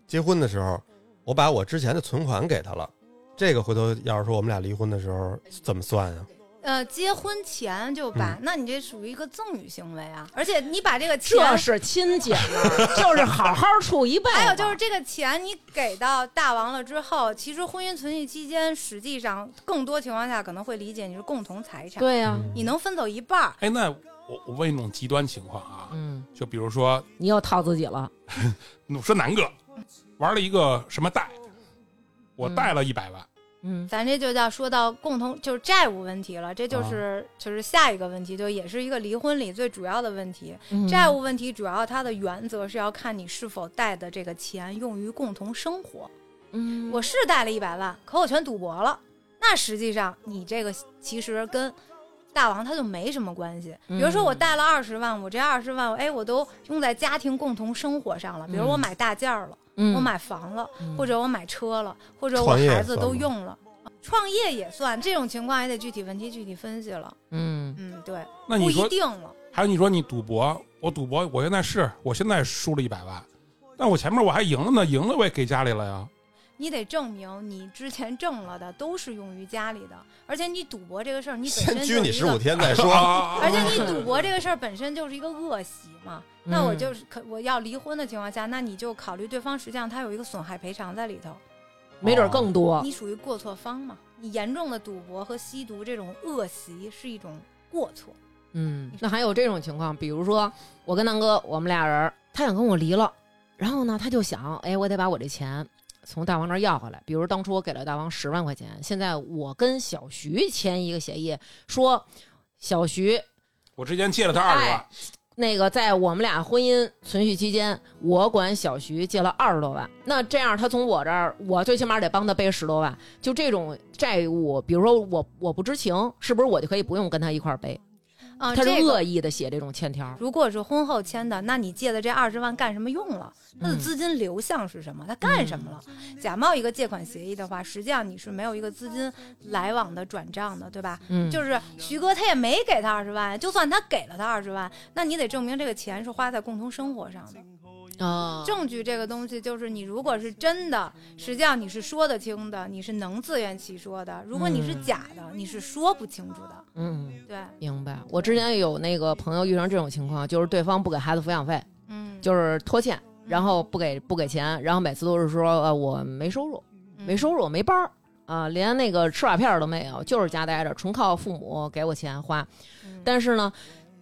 Speaker 3: 结婚的时候，我把我之前的存款给她了，这个回头要是说我们俩离婚的时候怎么算啊呀、
Speaker 4: 呃，结婚前就把，
Speaker 1: 嗯
Speaker 4: 那你这属于一个赠与行为啊！而且你把这个钱，
Speaker 1: 这是亲姐们 儿，就是好好处一辈子。
Speaker 4: 还有就是这个钱你给到大王了之后，其实婚姻存续期间，实际上更多情况下可能会理解你是共同财产，
Speaker 1: 对呀、
Speaker 4: 你能分走一半儿
Speaker 6: 哎，那我我问一种极端情况啊，
Speaker 1: 嗯，
Speaker 6: 就比如说，
Speaker 1: 你又套自己了，
Speaker 6: 我说南哥玩了一个什么贷，我贷了一百万，
Speaker 1: 嗯
Speaker 4: 咱这就叫说到共同就是债务问题了，这
Speaker 1: 啊
Speaker 4: 就是、就是下一个问题，就也是一个离婚里最主要的问题。
Speaker 1: 嗯
Speaker 4: 债务问题主要它的原则是要看你是否贷的这个钱用于共同生活。
Speaker 1: 嗯
Speaker 4: 我是贷了一百万，可我全赌博了。那实际上你这个其实跟大王他就没什么关系。比如说
Speaker 3: 嗯
Speaker 4: 我贷了二十万，我这二十万，哎，我都用在家庭共同生活上
Speaker 3: 嗯
Speaker 4: 了。比如我买大件儿了，我买房了，或者我买车了，或者我
Speaker 3: 创业
Speaker 4: 孩子
Speaker 3: 算
Speaker 4: 都
Speaker 3: 吗
Speaker 4: 用了。创业也算，这种情况也得具体问题具体分析了。
Speaker 1: 嗯
Speaker 4: 嗯，对，
Speaker 6: 那
Speaker 4: 不
Speaker 6: 你
Speaker 4: 一
Speaker 6: 说，
Speaker 4: 定了。
Speaker 6: 还有你说你赌博，我赌博，我现在是我现在输了一百万，但我前面我还赢了呢，赢了我也给家里了呀。
Speaker 4: 你得证明你之前挣了的都是用于家里的，而且你赌博这个事儿，你本身
Speaker 3: 先
Speaker 4: 就
Speaker 3: 拘
Speaker 4: 是
Speaker 3: 你
Speaker 4: 一
Speaker 3: 十
Speaker 4: 个
Speaker 3: 五天再
Speaker 6: 啊
Speaker 3: 说。
Speaker 6: 啊
Speaker 4: 而且你赌博这个事儿本身就是一个恶习嘛。那
Speaker 1: 嗯
Speaker 4: 我就是可我要离婚的情况下，那你就考虑对方实际上他有一个损害赔偿在里头，
Speaker 1: 没准儿更多。
Speaker 4: 你属于过错方嘛？你严重的赌博和吸毒这种恶习是一种过错，
Speaker 1: 嗯，那还有这种情况，比如说我跟南哥，我们俩人儿，他想跟我离了，然后呢，他就想，哎，我得把我这钱从大王那儿要回来。比如当初我给了大王十万块钱，现在我跟小徐签一个协议，说小徐
Speaker 6: 我之前借了他二十万，
Speaker 1: 那个在我们俩婚姻存续期间，我管小徐借了二十多万，那这样他从我这儿，我最起码得帮他背十多万。就这种债务，比如说我我不知情，是不是我就可以不用跟他一块儿背？
Speaker 4: 啊、
Speaker 1: 他是
Speaker 4: 这
Speaker 1: 恶
Speaker 4: 个。
Speaker 1: 意的写这种欠条儿。
Speaker 4: 如果是婚后签的，那你借的这二十万干什么用了？
Speaker 1: 嗯
Speaker 4: 它的资金流向是什么？它干什么了？假冒一个借款协议的话，实际上你是没有一个资金来往的转账的，对吧？
Speaker 1: 嗯，
Speaker 4: 就是徐哥他也没给他二十万，就算他给了他二十万，那你得证明这个钱是花在共同生活上的。
Speaker 1: 啊，
Speaker 4: 证据这个东西，就是你如果是真的，实际上你是说得清的，你是能自圆其说的；如果你是
Speaker 1: 嗯
Speaker 4: 假的，你是说不清楚的。
Speaker 1: 嗯，
Speaker 4: 对，
Speaker 1: 明白。我之前有那个朋友遇上这种情况，就是对方不给孩子抚养费，
Speaker 4: 嗯，
Speaker 1: 就是拖欠，然后不给不给钱，然后每次都是说呃我没收入，
Speaker 4: 嗯
Speaker 1: 没收入没班儿啊、连那个吃瓦片儿都没有，就是家待着，纯靠父母给我钱花。
Speaker 4: 嗯，
Speaker 1: 但是呢，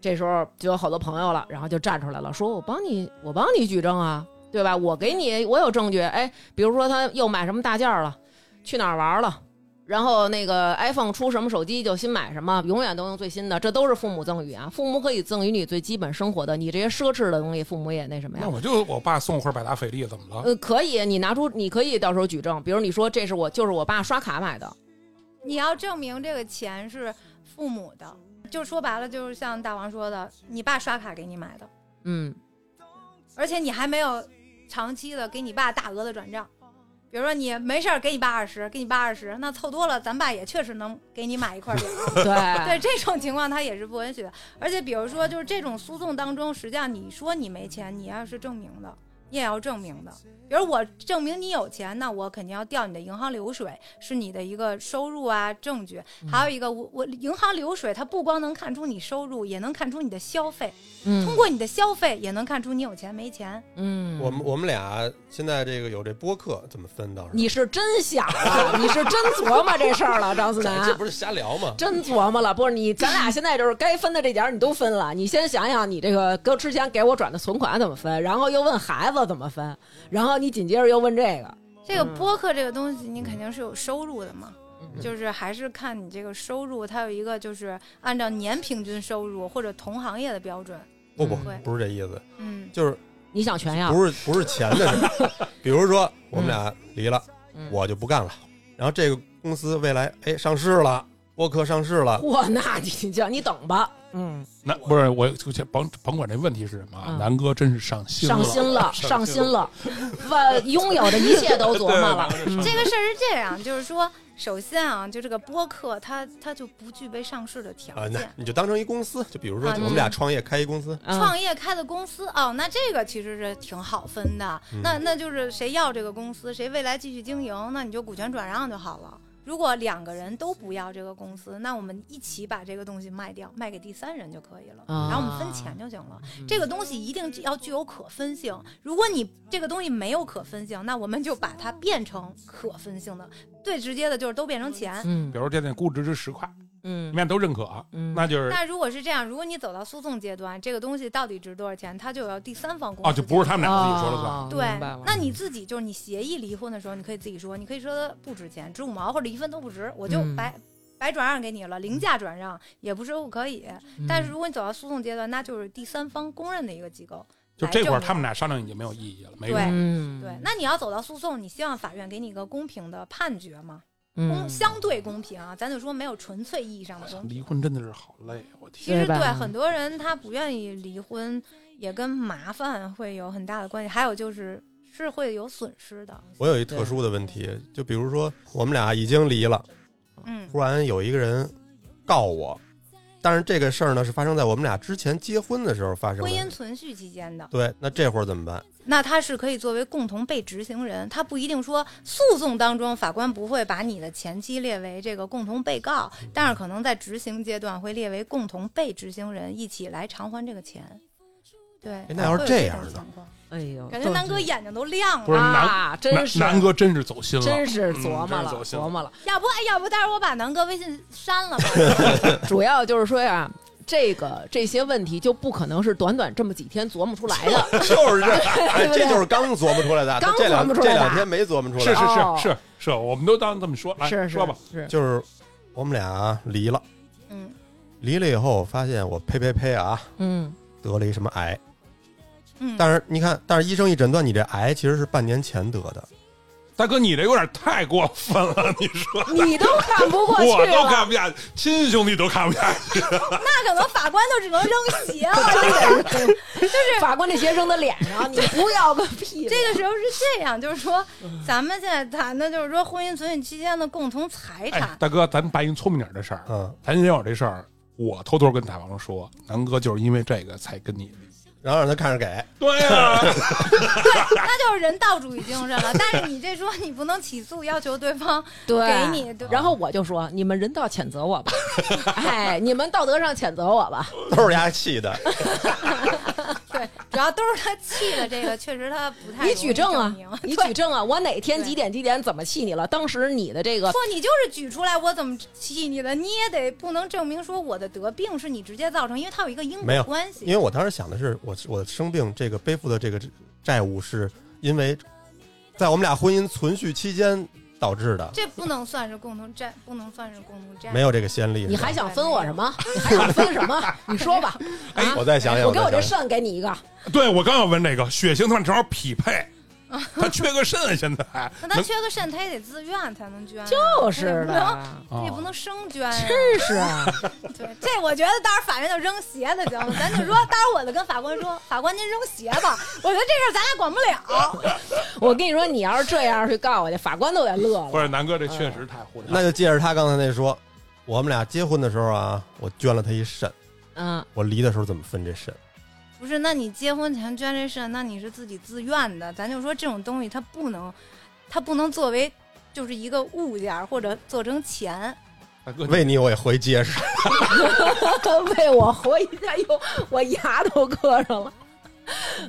Speaker 1: 这时候就有好多朋友了，然后就站出来了，说我帮你，我帮你举证啊，对吧？我给你，我有证据。哎，比如说他又买什么大件儿了，去哪儿玩儿了。然后那个 iPhone 出什么手机就新买什么，永远都用最新的，这都是父母赠予啊。父母可以赠予你最基本生活的，你这些奢侈的东西，父母也那什么呀
Speaker 6: 那。我就我爸送我块百达翡丽，怎么了？
Speaker 1: 呃，可以，你拿出，你可以到时候举证，比如你说这是我，就是我爸刷卡买的，
Speaker 4: 你要证明这个钱是父母的，就说白了，就是像大王说的，你爸刷卡给你买的，
Speaker 1: 嗯
Speaker 4: 而且你还没有长期的给你爸大额的转账。比如说你没事儿给你爸二十，给你爸二十，那凑多了，咱爸也确实能给你买一块表。
Speaker 1: 对
Speaker 4: 对这种情况，他也是不允许的。而且比如说，就是这种诉讼当中，实际上你说你没钱，你要是证明的，你也要证明的。比如我证明你有钱，那我肯定要调你的银行流水，是你的一个收入啊证据。还有一个，我我银行流水，它不光能看出你收入，也能看出你的消费。
Speaker 1: 嗯
Speaker 4: 通过你的消费，也能看出你有钱没钱。
Speaker 1: 嗯，
Speaker 3: 我们我们俩现在这个有这播客怎么分到时候？
Speaker 1: 你是真想了，你是真琢磨这事儿了，张思
Speaker 4: 啊
Speaker 3: 咱这
Speaker 1: 楠。
Speaker 3: 不是瞎聊吗？
Speaker 1: 真琢磨了，不是你，咱俩现在就是该分的这点儿你都分了。你先想想，你这个哥之前给我转的存款怎么分，然后又问孩子怎么分，然后你紧接着又问这个，
Speaker 4: 这个
Speaker 1: 嗯
Speaker 4: 播客这个东西，你肯定是有收入的嘛，
Speaker 3: 嗯
Speaker 4: 就是还是看你这个收入，它有一个就是按照年平均收入或者同行业的标准，
Speaker 3: 不不
Speaker 4: 对，
Speaker 3: 不是这意思，
Speaker 4: 嗯
Speaker 3: 就是
Speaker 1: 你想全 要，
Speaker 3: 不是不是钱的事儿。 比如说我们俩离了，
Speaker 1: 嗯
Speaker 3: 我就不干了。然后这个公司未来哎上市了，播客上市了，
Speaker 1: 嚯，那你就你等吧，嗯，
Speaker 6: 那不是我就先甭甭管这问题是什么啊
Speaker 1: 嗯，
Speaker 6: 南哥真是上心
Speaker 1: 上心了，上心了，把拥有的一切都琢磨 了，嗯
Speaker 4: 这个事儿是这样，就是说，首先啊，就这个播客它它就不具备上市的条
Speaker 3: 啊，那
Speaker 4: 件。
Speaker 3: 你就当成一公司，就比如说
Speaker 4: 啊
Speaker 3: 我们俩创业开一公司，
Speaker 1: 嗯
Speaker 4: 创业开的公司哦，那这个其实是挺好分的。
Speaker 6: 嗯
Speaker 4: 那那就是谁要这个公司，谁未来继续经营，那你就股权转让就好了。如果两个人都不要这个公司，那我们一起把这个东西卖掉，卖给第三人就可以了，
Speaker 1: 啊嗯
Speaker 4: 然后我们分钱就行了。这个东西一定要具有可分性。如果你这个东西没有可分性，那我们就把它变成可分性的。最直接的就是都变成钱。
Speaker 1: 嗯
Speaker 6: 比如现在估值是十块，你
Speaker 1: 嗯
Speaker 6: 们俩都认可，啊
Speaker 1: 嗯，
Speaker 6: 那就是
Speaker 4: 那如果是这样，如果你走到诉讼阶段，这个东西到底值多少钱，它就要第三方公司
Speaker 6: 哦，就不是他们俩自己说了算。
Speaker 1: 哦
Speaker 4: 对
Speaker 1: 明白了，
Speaker 4: 那你自己就是你协议离婚的时候，你可以自己说，你可以说不值钱，值五毛或者一分都不值，我就
Speaker 1: 嗯
Speaker 4: 白、白转让给你了，零价转让也不是不可以。
Speaker 1: 嗯
Speaker 4: 但是如果你走到诉讼阶段，那就是第三方公认的一个机构。
Speaker 6: 就这会
Speaker 4: 来证
Speaker 6: 儿
Speaker 4: 明
Speaker 6: 他们俩商量已经没有意义了，没用
Speaker 4: 对。
Speaker 1: 嗯，
Speaker 4: 对，那你要走到诉讼，你希望法院给你一个公平的判决吗？公
Speaker 1: 嗯，
Speaker 4: 相对公平啊，咱就说没有纯粹意义上的公平。
Speaker 6: 离婚真的是好累，我天！
Speaker 4: 其
Speaker 1: 对
Speaker 4: 实
Speaker 1: 吧
Speaker 4: 对很多人他不愿意离婚，也跟麻烦会有很大的关系，还有就是是会有损失的。
Speaker 3: 我有一特殊的问题，就比如说我们俩已经离了，
Speaker 4: 嗯
Speaker 3: 突然有一个人告我，但是这个事儿呢是发生在我们俩之前结婚的时候发生
Speaker 4: 婚姻
Speaker 3: 的。
Speaker 4: 存续期间的，
Speaker 3: 对，那这会儿怎 么办？
Speaker 4: 那他是可以作为共同被执行人，他不一定说诉讼当中法官不会把你的前妻列为这个共同被告，
Speaker 3: 嗯
Speaker 4: 但是可能在执行阶段会列为共同被执行人，一起来偿还这个钱。对，
Speaker 3: 哎那要是
Speaker 4: 会有
Speaker 3: 这
Speaker 4: 种
Speaker 3: 样呢
Speaker 4: 情况，
Speaker 1: 哎呦，
Speaker 4: 感觉南哥眼睛都亮
Speaker 6: 不是
Speaker 4: 了。
Speaker 1: 啊，真
Speaker 6: 南
Speaker 1: 是
Speaker 6: 南哥真是走心了，
Speaker 1: 真是琢磨
Speaker 6: 嗯真
Speaker 1: 了，
Speaker 6: 是走心了
Speaker 1: 琢磨了。
Speaker 4: 要不，哎，要不，待会儿我把南哥微信删 了吧。
Speaker 1: 主要就是说呀、这个这些问题就不可能是短短这么几天琢磨出来的。
Speaker 3: 就 是这，哎
Speaker 1: 对不对
Speaker 3: 这就是刚琢磨出来的，
Speaker 1: 刚
Speaker 3: 这
Speaker 1: 琢
Speaker 3: 两
Speaker 1: 磨出
Speaker 3: 这
Speaker 1: 来的
Speaker 3: 两天没琢磨出
Speaker 6: 是
Speaker 3: 来。
Speaker 1: 哦
Speaker 6: 是是是是，我们都当这么说，来
Speaker 1: 是是
Speaker 6: 说吧，，
Speaker 1: 是
Speaker 3: 就是我们俩离了，
Speaker 4: 嗯，
Speaker 3: 离了以后发现我呸呸呸啊，
Speaker 1: 嗯
Speaker 3: 得了一什么癌。
Speaker 4: 嗯，
Speaker 3: 但是你看，但是医生一诊断，你这癌其实是半年前得的。
Speaker 6: 大哥，你这有点太过分 了，你说
Speaker 1: 你都看不过去
Speaker 6: 我都
Speaker 1: 了，
Speaker 6: 看不下去，亲兄弟都看不下去，
Speaker 4: 那可能法官都只能扔鞋了。
Speaker 1: 法官这学生的脸上，你不要个屁！
Speaker 4: 这个时候是这样，就是说，
Speaker 3: 嗯
Speaker 4: 咱们现在谈的就是说婚姻存续期间的共同财
Speaker 6: 哎
Speaker 4: 产，。
Speaker 6: 大哥，咱办一聪明点的事儿，
Speaker 3: 嗯，
Speaker 6: 咱先有这事儿，我偷偷跟大王说，南哥就是因为这个才跟你
Speaker 3: 然后让他看着给，
Speaker 6: 对呀、
Speaker 4: 那就是人道主义精神了。但是你这说你不能起诉要求对方
Speaker 1: 对，
Speaker 4: 给你对
Speaker 1: 然后我就说，你们人道谴责我吧， 哎，你们道德上谴责我吧。
Speaker 3: 都是丫气的。
Speaker 4: 对，主要都是他气的这个，确实他不太
Speaker 1: 你举证啊
Speaker 4: 容易明，
Speaker 1: 你
Speaker 4: 对
Speaker 1: 举证啊！我哪天
Speaker 4: 对
Speaker 1: 几点几点怎么气你了？当时你的这个
Speaker 4: 不，你就是举出来，我怎么气你的？你也得不能证明说我的得病是你直接造成，因为它有一个因
Speaker 3: 没有
Speaker 4: 果关系。
Speaker 3: 因为我当时想的是，我我生病这个背负的这个债务，是因为在我们俩婚姻存续期间导致的，
Speaker 4: 这不能算是共同债，不能算是共同债。
Speaker 3: 没有这个先例。
Speaker 1: 你还想分我什 么？你还想分什么？ 你说吧。
Speaker 6: 哎
Speaker 1: 啊，
Speaker 3: 哎我再想想，
Speaker 1: 我给我
Speaker 3: 再
Speaker 1: 这
Speaker 3: 想想
Speaker 1: 肾给你一个，
Speaker 6: 对我刚要问这个，血型他正好匹配，他缺个肾现 在
Speaker 4: 那他
Speaker 6: 能
Speaker 4: 缺个肾，他也得自愿才能捐啊，
Speaker 1: 就是
Speaker 4: 吧？
Speaker 1: 的，
Speaker 4: 这也不能生捐啊！
Speaker 1: 真是啊。
Speaker 4: 对，这我觉得到时候法院就扔鞋子行了。咱就说，到时候我就跟法官说，法官您扔鞋吧，我觉得这事儿咱俩管不了。
Speaker 1: 我跟你说，你要是这样去告我去，法官都得乐
Speaker 6: 不
Speaker 1: 了。
Speaker 6: 是南哥这确实太混
Speaker 3: 那就借着他刚才那说，我们俩结婚的时候啊，我捐了他一肾，
Speaker 1: 嗯，
Speaker 3: 我离的时候怎么分这肾？
Speaker 4: 不是，那你结婚前捐这肾，那你是自己自愿的。咱就说这种东西，它不能，它不能作为就是一个物件儿或者做成钱。
Speaker 6: 大哥，
Speaker 3: 为你我也回结实。
Speaker 1: 为我活一下，哟，我牙都硌上了。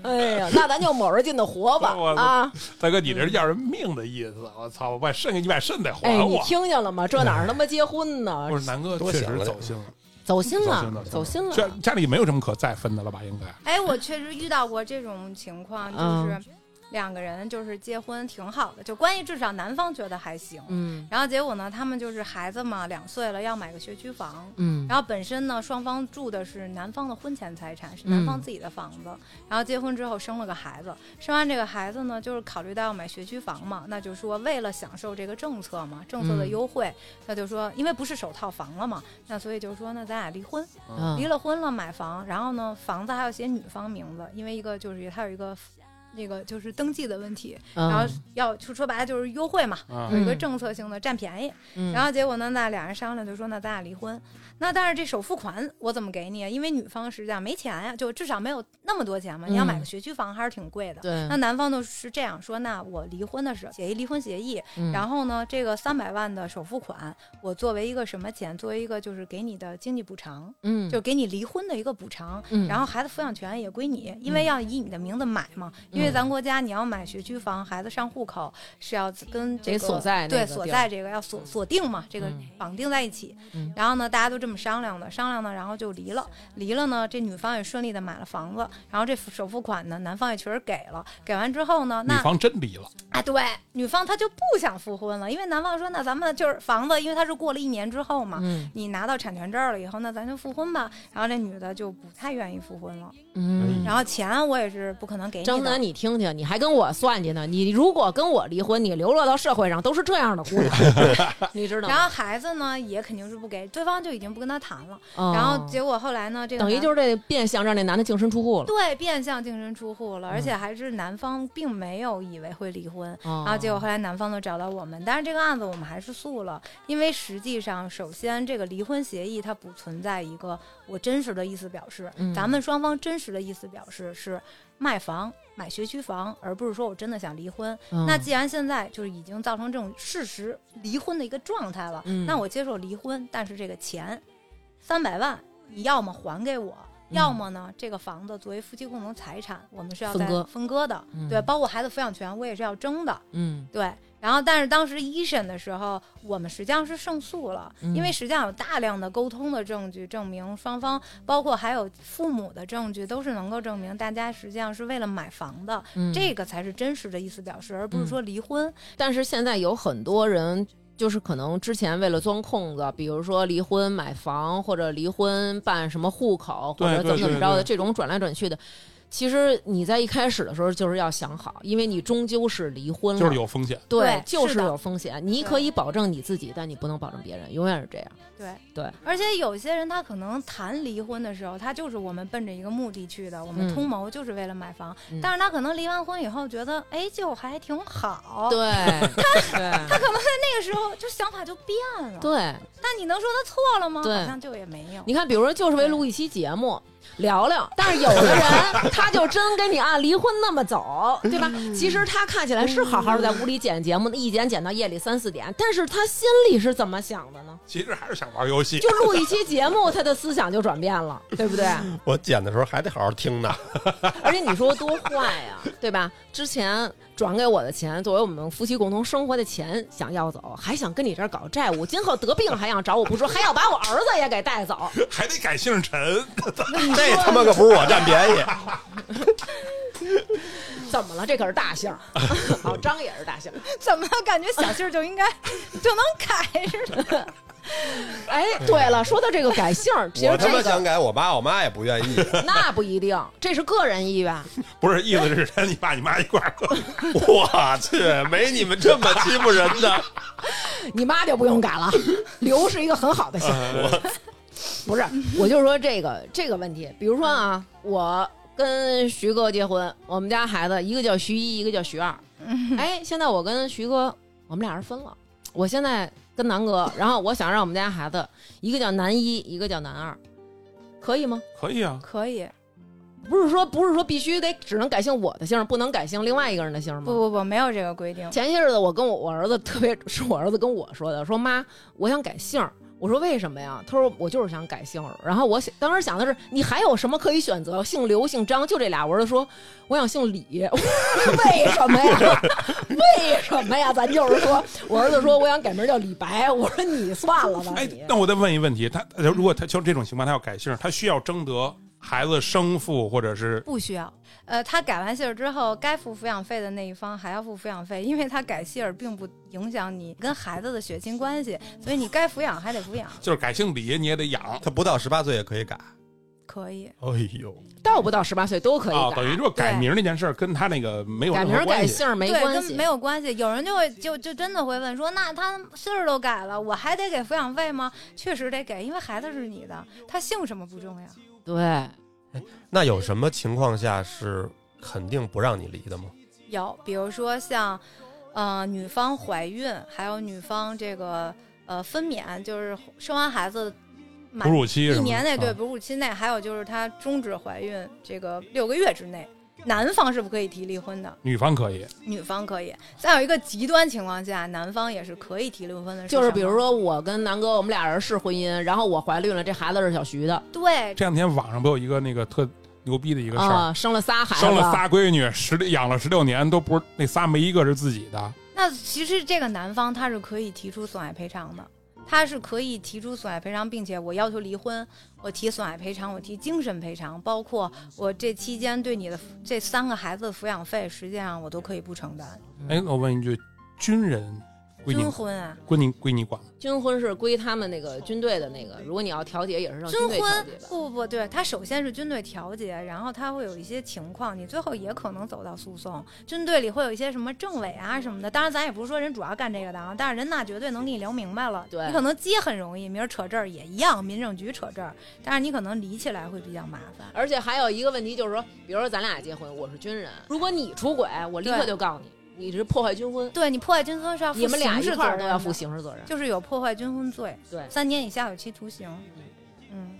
Speaker 1: 哎呀，那咱就卯着劲的活吧
Speaker 6: 我我
Speaker 1: 啊！
Speaker 6: 大哥，你这是要人命的意思！我操，我把肾给你，把肾得还
Speaker 1: 哎，你
Speaker 6: 我。
Speaker 1: 听见了吗？这哪儿他妈结婚呢
Speaker 6: 不？是南哥
Speaker 3: 多
Speaker 6: 确
Speaker 3: 想
Speaker 6: 实
Speaker 3: 了
Speaker 6: 走心了，
Speaker 1: 走心了，
Speaker 6: 走
Speaker 1: 走
Speaker 6: 心
Speaker 1: 心了。
Speaker 6: 家家里没有什么可再分的了吧？应该
Speaker 4: 哎，我确实遇到过这种情况，就是
Speaker 1: 嗯
Speaker 4: 两个人就是结婚挺好的，就关系至少男方觉得还行。
Speaker 1: 嗯
Speaker 4: 然后结果呢，他们就是孩子嘛，两岁了要买个学区房。
Speaker 1: 嗯
Speaker 4: 然后本身呢，双方住的是男方的婚前财产，是男方
Speaker 1: 嗯
Speaker 4: 自己的房子。然后结婚之后生了个孩子，生完这个孩子呢，就是考虑到要买学区房嘛，那就说为了享受这个政策嘛，政策的
Speaker 1: 嗯
Speaker 4: 优惠，那就说因为不是首套房了嘛，那所以就说那咱俩离婚，离
Speaker 1: 嗯
Speaker 4: 了婚了买房，然后呢房子还要写女方名字，因为一个就是还有一个。那个就是登记的问题，嗯
Speaker 1: 嗯
Speaker 4: 然后要就说白了就是优惠嘛，
Speaker 6: 啊
Speaker 4: 有一个政策性的占便宜，
Speaker 1: 嗯
Speaker 4: 然后结果呢，那俩人商量就说，那咱俩离婚。那但是这首付款我怎么给你啊？因为女方实际上没钱呀、就至少没有那么多钱嘛。你要买个学区房还是挺贵的。
Speaker 1: 嗯对
Speaker 4: 那，男方呢是这样说，那我离婚的时候写一离婚协议，
Speaker 1: 嗯
Speaker 4: 然后呢，这个三百万的首付款，我作为一个什么钱？作为一个就是给你的经济补偿，
Speaker 1: 嗯
Speaker 4: 就给你离婚的一个补偿。
Speaker 1: 嗯
Speaker 4: 然后孩子抚养权也归你，因为要以你的名字买嘛，
Speaker 1: 嗯
Speaker 4: 因为咱国家你要买学区房，孩子上户口是要跟这
Speaker 1: 得
Speaker 4: 个
Speaker 1: 所在那
Speaker 4: 对
Speaker 1: 个
Speaker 4: 所
Speaker 1: 地儿
Speaker 4: 在这个要锁锁定嘛，这个
Speaker 1: 嗯
Speaker 4: 绑定在一起
Speaker 1: 嗯。
Speaker 4: 然后呢，大家都这么商量的，商量呢，然后就离了，离了呢，这女方也顺利的买了房子，然后这首付款呢，男方也确实给了，给完之后呢，
Speaker 6: 女
Speaker 4: 那
Speaker 6: 方真离了，
Speaker 4: 啊，对，女方她就不想复婚了，因为男方说，那咱们就是房子，因为他是过了一年之后嘛，
Speaker 1: 嗯
Speaker 4: 你拿到产权证儿了以后，那咱就复婚吧。然后这女的就不太愿意复婚了，
Speaker 1: 嗯。
Speaker 4: 然后钱我也是不可能给你
Speaker 1: 张楠，你
Speaker 4: 的。
Speaker 1: 听听，你还跟我算计呢？你如果跟我离婚，你流落到社会上都是这样的姑 娘，你知道
Speaker 4: 然
Speaker 1: 吗？
Speaker 4: 后孩子呢，也肯定是不给，对方就已经不跟他谈了。
Speaker 1: 哦
Speaker 4: 然后结果后来呢，这个
Speaker 1: 等于
Speaker 4: 男
Speaker 1: 就是这变相让这男的净身出户了。
Speaker 4: 对变相净身出户了，而
Speaker 1: 嗯
Speaker 4: 且还是男方并没有以为会离婚，
Speaker 1: 然
Speaker 4: 然后结果后来男方就找到我们，但是这个案子我们还是诉了，因为实际上首先这个离婚协议它不存在一个我真实的意思表示，
Speaker 1: 嗯
Speaker 4: 咱们双方真实的意思表示是卖房买学区房，而不是说我真的想离婚。
Speaker 1: 嗯
Speaker 4: 那既然现在就是已经造成这种事实离婚的一个状态了，
Speaker 1: 嗯
Speaker 4: 那我接受离婚，但是这个钱三百万你要么还给我。要么呢，这个房子作为夫妻共同财产，我们是要
Speaker 1: 嗯分
Speaker 4: 在
Speaker 1: 割
Speaker 4: 分割的，
Speaker 1: 嗯
Speaker 4: 对，包括孩子抚养权，我也是要争的。
Speaker 1: 嗯
Speaker 4: 对，然后但是当时一审的时候，我们实际上是胜诉了，
Speaker 1: 嗯
Speaker 4: 因为实际上有大量的沟通的证据证明双方，包括还有父母的证据，都是能够证明大家实际上是为了买房的，
Speaker 1: 嗯
Speaker 4: 这个才是真实的意思表示，而
Speaker 1: 嗯
Speaker 4: 不是说离婚。
Speaker 1: 但是现在有很多人，就是可能之前为了钻空子，比如说离婚买房，或者离婚办什么户口，或
Speaker 6: 对
Speaker 1: 者怎么
Speaker 6: 对
Speaker 1: 怎么
Speaker 6: 对
Speaker 1: 着的，
Speaker 6: 对
Speaker 1: 这种转来转去的。其实你在一开始的时候就是要想好，因为你终究是离婚了，
Speaker 6: 就是有风险。
Speaker 1: 对
Speaker 4: 对，
Speaker 1: 就是
Speaker 4: 的
Speaker 1: 有风险。你
Speaker 4: 对
Speaker 1: 可以保证你自己，但你不能保证别人，永远是这样。
Speaker 4: 对
Speaker 1: 对，
Speaker 4: 而且有些人他可能谈离婚的时候，他就是我们奔着一个目的去的，我们
Speaker 1: 嗯
Speaker 4: 通谋就是为了买房，
Speaker 1: 嗯
Speaker 4: 但是他可能离完婚以后觉得，哎，就还挺好，
Speaker 1: 对，对，
Speaker 4: 那个时候就想法就变了。
Speaker 1: 对。
Speaker 4: 那你能说他错了吗？
Speaker 1: 对
Speaker 4: 好像就也没有。
Speaker 1: 你看，比如说，就是为录一期节目，聊聊。但是有的人 他就真跟你按离婚那么走，对吧？其实他看起来是好好的在屋里剪节目，一剪剪到夜里三四点，但是他心里是怎么想的呢？
Speaker 6: 其实还是想玩游戏
Speaker 1: 就。录一期节目，他的思想就转变了，对不对？
Speaker 3: 我剪的时候还得好好 听呢。
Speaker 1: 而且你说多坏呀、对吧？之前转给我的钱，作为我们夫妻共同生活的钱，想要走，还想跟你这儿搞债务，今后得病还想找我不说，还要把我儿子也给带走。
Speaker 6: 还得改姓陈，
Speaker 3: 这他妈可不是我 占便宜，
Speaker 1: 怎么了？这可是大姓儿， 老张也是大姓儿。
Speaker 4: 怎么感觉小姓儿就应该 就能改似的？
Speaker 1: 哎，对了，说到这个改姓儿，其
Speaker 3: 我
Speaker 1: 实
Speaker 3: 他妈
Speaker 1: 这
Speaker 3: 想
Speaker 1: 个
Speaker 3: 改，我爸我妈也不愿意。
Speaker 1: 那不一定，这是个人意愿。
Speaker 6: 不是意思 是跟你爸你妈一块儿。
Speaker 3: 我去，没你们这么欺负人的。
Speaker 1: 你妈就不用改了，刘是一个很好的姓儿。不是，我就说这个这个问题，比如说啊，我跟徐哥结婚，我们家孩子一个叫徐一，一个叫徐二。哎，现在我跟徐哥，我们俩人分了。我现在跟南哥，然后我想让我们家孩子一个叫南一，一个叫南二，可以吗？
Speaker 6: 可以啊，
Speaker 4: 可以，
Speaker 1: 不是说不是说必须得只能改姓我的姓儿，不能改姓另外一个人的姓儿吗？
Speaker 4: 不不不，没有这个规定。
Speaker 1: 前些日子我跟我我儿子特别是我儿子跟我说的，说妈，我想改姓儿。我说为什么呀？他说我就是想改姓儿。然后我想当时想的是，你还有什么可以选择？姓刘、姓张，就这俩。我儿子说我想姓李， 我说为什么呀？为什么呀？咱就是说，我儿子说我想改名叫李白。我说你算了吧
Speaker 6: 哎
Speaker 1: 你，。
Speaker 6: 那我再问一个问题，他他如果他就这种情况，他要改姓，他需要征得孩子生父或者是
Speaker 4: 不需要，呃，他改完姓儿之后，该付抚养费的那一方还要付抚养费，因为他改姓儿并不影响你跟孩子的血亲关系，所以你该抚养还得抚养，
Speaker 6: 就是改姓李你也得养。
Speaker 3: 他不到十八岁也可以改。
Speaker 4: 可以。
Speaker 3: 哎呦，
Speaker 1: 到不到十八岁都可以
Speaker 6: 啊，
Speaker 1: 改，
Speaker 6: 等于说改名那件事儿跟他那个没有
Speaker 1: 改
Speaker 6: 任
Speaker 1: 名
Speaker 6: 何
Speaker 1: 儿改
Speaker 6: 关系。
Speaker 1: 姓儿没
Speaker 4: 对，
Speaker 1: 关
Speaker 4: 跟
Speaker 1: 系
Speaker 4: 没。有关系。有人就会就就真的会问说，那他姓儿都改了，我还得给抚养费吗？确实得给，因为孩子是你的，他姓什么不重要。
Speaker 1: 对，
Speaker 3: 那有什么情况下是肯定不让你离的吗？
Speaker 4: 有，比如说像，呃，女方怀孕，还有女方这个呃分娩，就是生完孩子满
Speaker 6: 哺乳期
Speaker 4: 一
Speaker 6: 是吗
Speaker 4: 年内对
Speaker 6: 啊
Speaker 4: 哺乳期内，还有就是她终止怀孕这个六个月之内，男方是不可以提离婚的，
Speaker 6: 女方可以，
Speaker 4: 女方可以。再有一个极端情况下，男方也是可以提离婚的，
Speaker 1: 就是
Speaker 4: 什
Speaker 1: 比如
Speaker 4: 么，
Speaker 1: 说我跟南哥，我们俩人是婚姻，然后我怀孕了，这孩子是小徐的，
Speaker 4: 对
Speaker 6: 这两天网上不有一个那个特牛逼的一个事
Speaker 4: 哦
Speaker 6: 儿，
Speaker 1: 啊，生了仨孩子，
Speaker 6: 生了仨闺女，十六养了十六年，都不是那仨没一个是自己的。
Speaker 4: 那其实这个男方他是可以提出损害赔偿的，他是可以提出损害赔偿，并且我要求离婚，我提损害赔偿，我提精神赔偿，包括我这期间对你的这三个孩子的抚养费，实际上我都可以不承担。
Speaker 6: 哎，我问一句，军人归你
Speaker 4: 军婚啊，
Speaker 6: 归你归你管吗？
Speaker 1: 军婚是归他们那个军队的那个，如果你要调解，也是让
Speaker 4: 军
Speaker 1: 军队调
Speaker 4: 婚
Speaker 1: 解吧。
Speaker 4: 不不不对，他首先是军队调解，然后他会有一些情况，你最后也可能走到诉讼。军队里会有一些什么政委啊什么的，当然咱也不是说人主要干这个的啊，但是人那绝对能给你聊明白了。
Speaker 1: 对
Speaker 4: 你可能接很容易，明儿扯这儿也一样，民政局扯这儿，但是你可能离起来会比较麻烦。
Speaker 1: 而且还有一个问题就是说，比如说咱俩结婚，我是军人，如果你出轨，我立刻
Speaker 4: 对
Speaker 1: 就告你，你是破坏军婚，
Speaker 4: 对你破坏军婚是要负
Speaker 1: 你们俩
Speaker 4: 刑
Speaker 1: 一
Speaker 4: 事
Speaker 1: 块
Speaker 4: 责
Speaker 1: 儿都要
Speaker 4: 任
Speaker 1: 负
Speaker 4: 的，
Speaker 1: 刑事 责任。
Speaker 4: 就是有破坏军婚罪，
Speaker 1: 对
Speaker 4: 三年以下有期徒刑。嗯，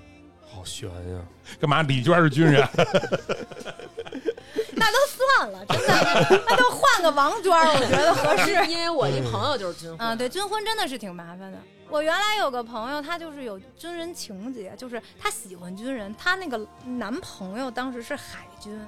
Speaker 3: 好悬呀、
Speaker 6: 干嘛？李娟是军人，啊
Speaker 4: 那都算了，真的，那就换个王庄儿，我觉得合适。
Speaker 1: 因为我一朋友就是军婚，
Speaker 4: 啊，对，军婚真的是挺麻烦的。我原来有个朋友，她就是有军人情节，就是她喜欢军人，她那个男朋友当时是海军，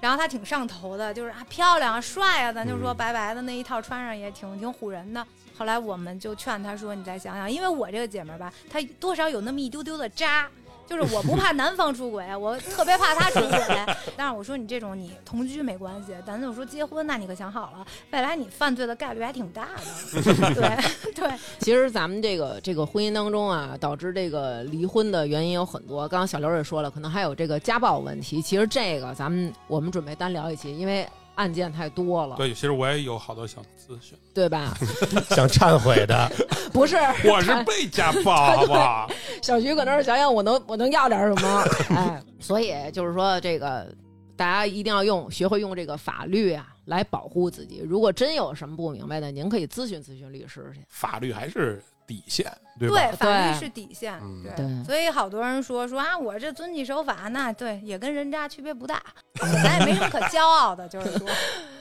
Speaker 4: 然后她挺上头的，就是啊漂亮啊帅啊，咱就说
Speaker 3: 嗯
Speaker 4: 白白的那一套穿上也挺挺唬人的。后来我们就劝她说：“你再想想，因为我这个姐们儿吧，她多少有那么一丢丢的渣。”就是我不怕男方出轨，我特别怕他出轨。 但是我说你这种你同居没关系，咱就说结婚，那你可想好了，未来你犯罪的概率还挺大的。对对，
Speaker 1: 其实咱们这个这个婚姻当中啊，导致这个离婚的原因有很多。刚刚小刘也说了，可能还有这个家暴问题。其实这个咱们我们准备单聊一期，因为案件太多了，
Speaker 6: 对，其实我也有好多想咨询，
Speaker 1: 对吧？
Speaker 3: 想忏悔的，
Speaker 1: 不是，
Speaker 6: 我是被家暴，啊好不好？
Speaker 1: 小徐搁那儿想想我能我能要点什么， 哎，所以就是说这个大家一定要用学会用这个法律啊来保护自己。如果真有什么不明白的，您可以咨询咨询律师去。
Speaker 6: 法律还是底线，对吧？
Speaker 4: 对，法律
Speaker 1: 对
Speaker 4: 是底线
Speaker 6: 嗯，
Speaker 1: 对
Speaker 4: 所以好多人说说啊，我这遵纪守法，那对也跟人渣区别不大，咱也没什么可骄傲的。就是说，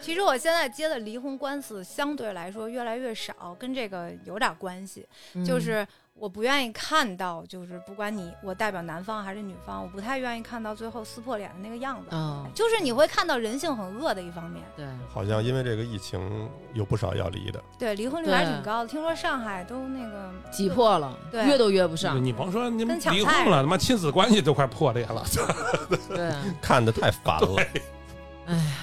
Speaker 4: 其实我现在接的离婚官司相对来说越来越少，跟这个有点关系，
Speaker 1: 嗯
Speaker 4: 就是我不愿意看到，就是不管你我代表男方还是女方，我不太愿意看到最后撕破脸的那个样子，
Speaker 1: 嗯，
Speaker 4: 就是你会看到人性很恶的一方面。
Speaker 1: 对，
Speaker 3: 好像因为这个疫情有不少要离的，
Speaker 4: 对，离婚率还是
Speaker 1: 对
Speaker 4: 挺高的，听说上海都那个
Speaker 1: 挤破了，
Speaker 4: 对
Speaker 1: 约都约不上，
Speaker 6: 你甭说你
Speaker 4: 啊
Speaker 6: 们
Speaker 4: 跟抢
Speaker 6: 离
Speaker 4: 菜
Speaker 6: 婚了，他妈亲子关系都快破裂了。
Speaker 1: 对，
Speaker 3: 看的太烦了。
Speaker 1: 哎呀，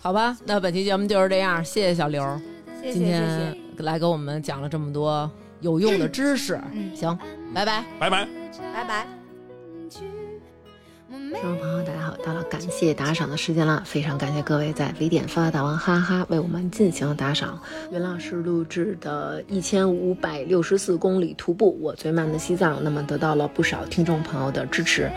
Speaker 1: 好吧，那本期节目就是这样，谢谢小刘，
Speaker 4: 谢谢
Speaker 1: 今
Speaker 4: 谢谢
Speaker 1: 天。来给我们讲了这么多有用的知识，
Speaker 4: 嗯
Speaker 1: 行，拜拜。
Speaker 6: 拜拜。
Speaker 4: 拜拜。
Speaker 8: 听众朋友，大家好！到了感谢打赏的时间了，非常感谢各位在微点发大王哈哈为我们进行了打赏。袁老师录制的一千五百六十四公里徒步，我最慢的西藏，那么得到了不少听众朋友的支持。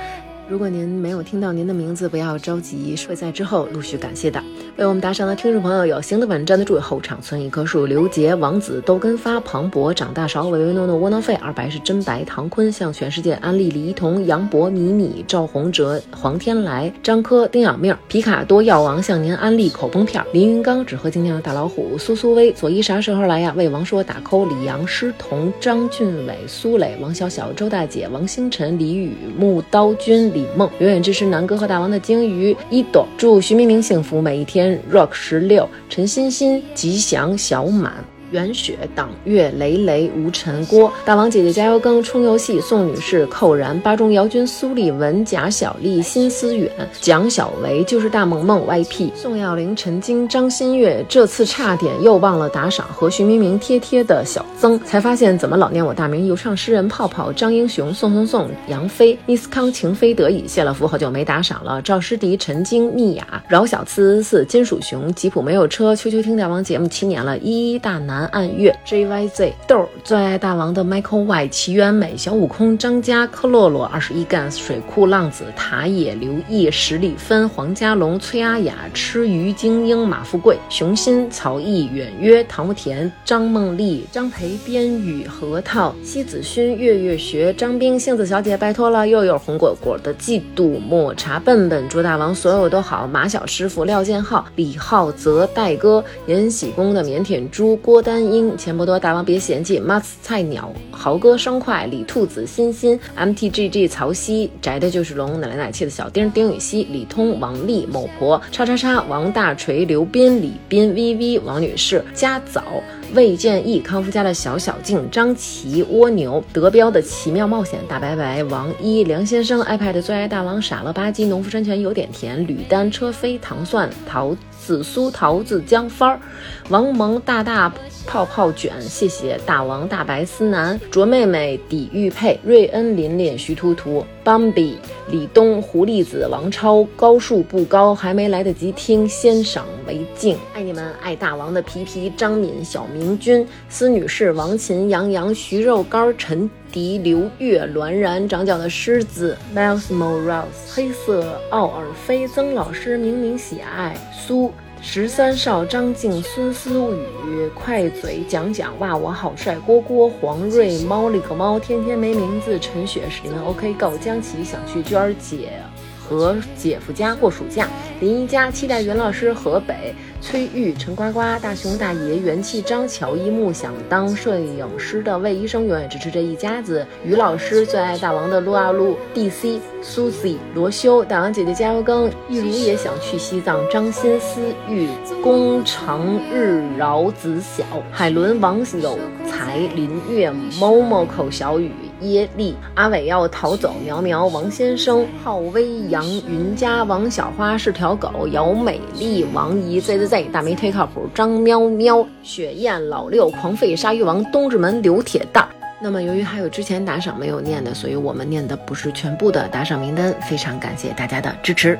Speaker 8: 如果您没有听到您的名字，不要着急，会在之后陆续感谢的。为我们打赏的听众朋友有行得稳、站得住、后场村一棵树、刘杰、王子、窦根发、庞博、长大勺、唯唯诺诺、窝囊废、二白是真白、唐坤、向全世界、安利、李一桐、杨博、米米、赵宏哲、黄天来、张科、丁小命、皮卡多、药王向您安利口崩片、林云刚、只喝精酿的大老虎、苏苏威、左一啥时候来呀、为王说打 call、李阳、师彤、张俊伟、苏磊、王小小、周大姐、王星辰、李宇、木刀君、李梦、永远支持南哥和大王的鲸鱼、一朵，祝徐明明幸福每一天、Rock 十六、陈欣欣、吉祥、小满。袁雪、党月、雷雷、吴晨、郭、大王姐姐加油更、冲游戏、宋女士、寇然、巴中姚军、苏立文、贾小丽、辛思远、蒋小维，就是大萌萌 YP、宋耀玲、陈晶、张馨月，这次差点又忘了打赏和徐明明贴贴的小曾，才发现怎么老念我大名，又唱诗人泡泡、张英雄、宋宋宋、杨飞、尼斯康、情非得已，谢了福，好久没打赏了。赵诗迪、陈晶、蜜雅、饶小四四四、金属熊、吉普没有车、秋秋听大王节目七年了，一一大南暗月、JYZ 豆儿最爱大王的 Michael Y、齐元美、小悟空、张家、科洛洛、二十一干、水库浪子、塔野、刘毅、史里芬、黄家龙、崔阿雅、吃鱼精英、马富贵、熊心、曹毅、远约、唐木田、张梦丽、张培、边宇、核桃、西子勋、月月学、张冰、杏子小姐，拜托了，又有红果果的嫉妒、抹茶、笨笨、朱大王，所有都好，马小师傅、廖建浩、李浩泽、戴哥、延禧宫的腼腆猪、郭丹英、钱伯多、大王别嫌弃、Max 菜鸟、豪哥生快、李兔子、欣欣、MTGG、曹曦、宅的就是龙、奶来奶气的小丁、丁禹兮、李通、王丽、某婆、叉叉叉、王大锤、刘斌、李斌、VV、王女士、家早。魏建义、康夫家的小小静、张琪、蜗牛、德彪的奇妙冒险、大白白、王一、梁先生、iPad 最爱大王、傻了吧唧、农夫山泉有点甜、吕丹、车飞、糖蒜、桃子酥、桃子姜番儿、王萌、大大泡泡卷，谢谢大王、大白、思南、卓妹妹、底玉佩、瑞恩、琳琳、徐图图、Bambi、李东、狐狸子、王超、高数不高，还没来得及听，先赏为敬。爱你们，爱大王的皮皮、张敏、小明君、司女士、王琴、杨洋、徐肉干、陈迪、刘月、栾然、长角的狮子、Miles Morales、黑色奥尔菲、曾老师、明明喜爱、苏。十三少张静、孙思雨、快嘴讲讲哇，我好帅！郭郭、黄瑞、猫里个猫、天天没名字、陈雪是你们 OK 够江琪想去娟儿姐和姐夫家过暑假，林一家期待袁老师河北，崔玉、陈呱呱、大熊大爷、元气张、乔一木想当摄影师的魏医生永远支持这一家子，于老师最爱大王的撸啊撸，DC、Susie、罗修、大王姐姐加油更，玉如也想去西藏，张欣思玉、宫长日饶子晓、海伦王有才、林月、某某口小雨。耶利、阿伟要逃走，苗苗、王先生、浩威、杨云佳、王小花是条狗，姚美丽、王怡、Z Z Z、大梅忒靠谱、张喵喵、雪燕、老六、狂吠鲨鱼王、东直门、刘铁蛋儿。那么，由于还有之前打赏没有念的，所以我们念的不是全部的打赏名单，非常感谢大家的支持。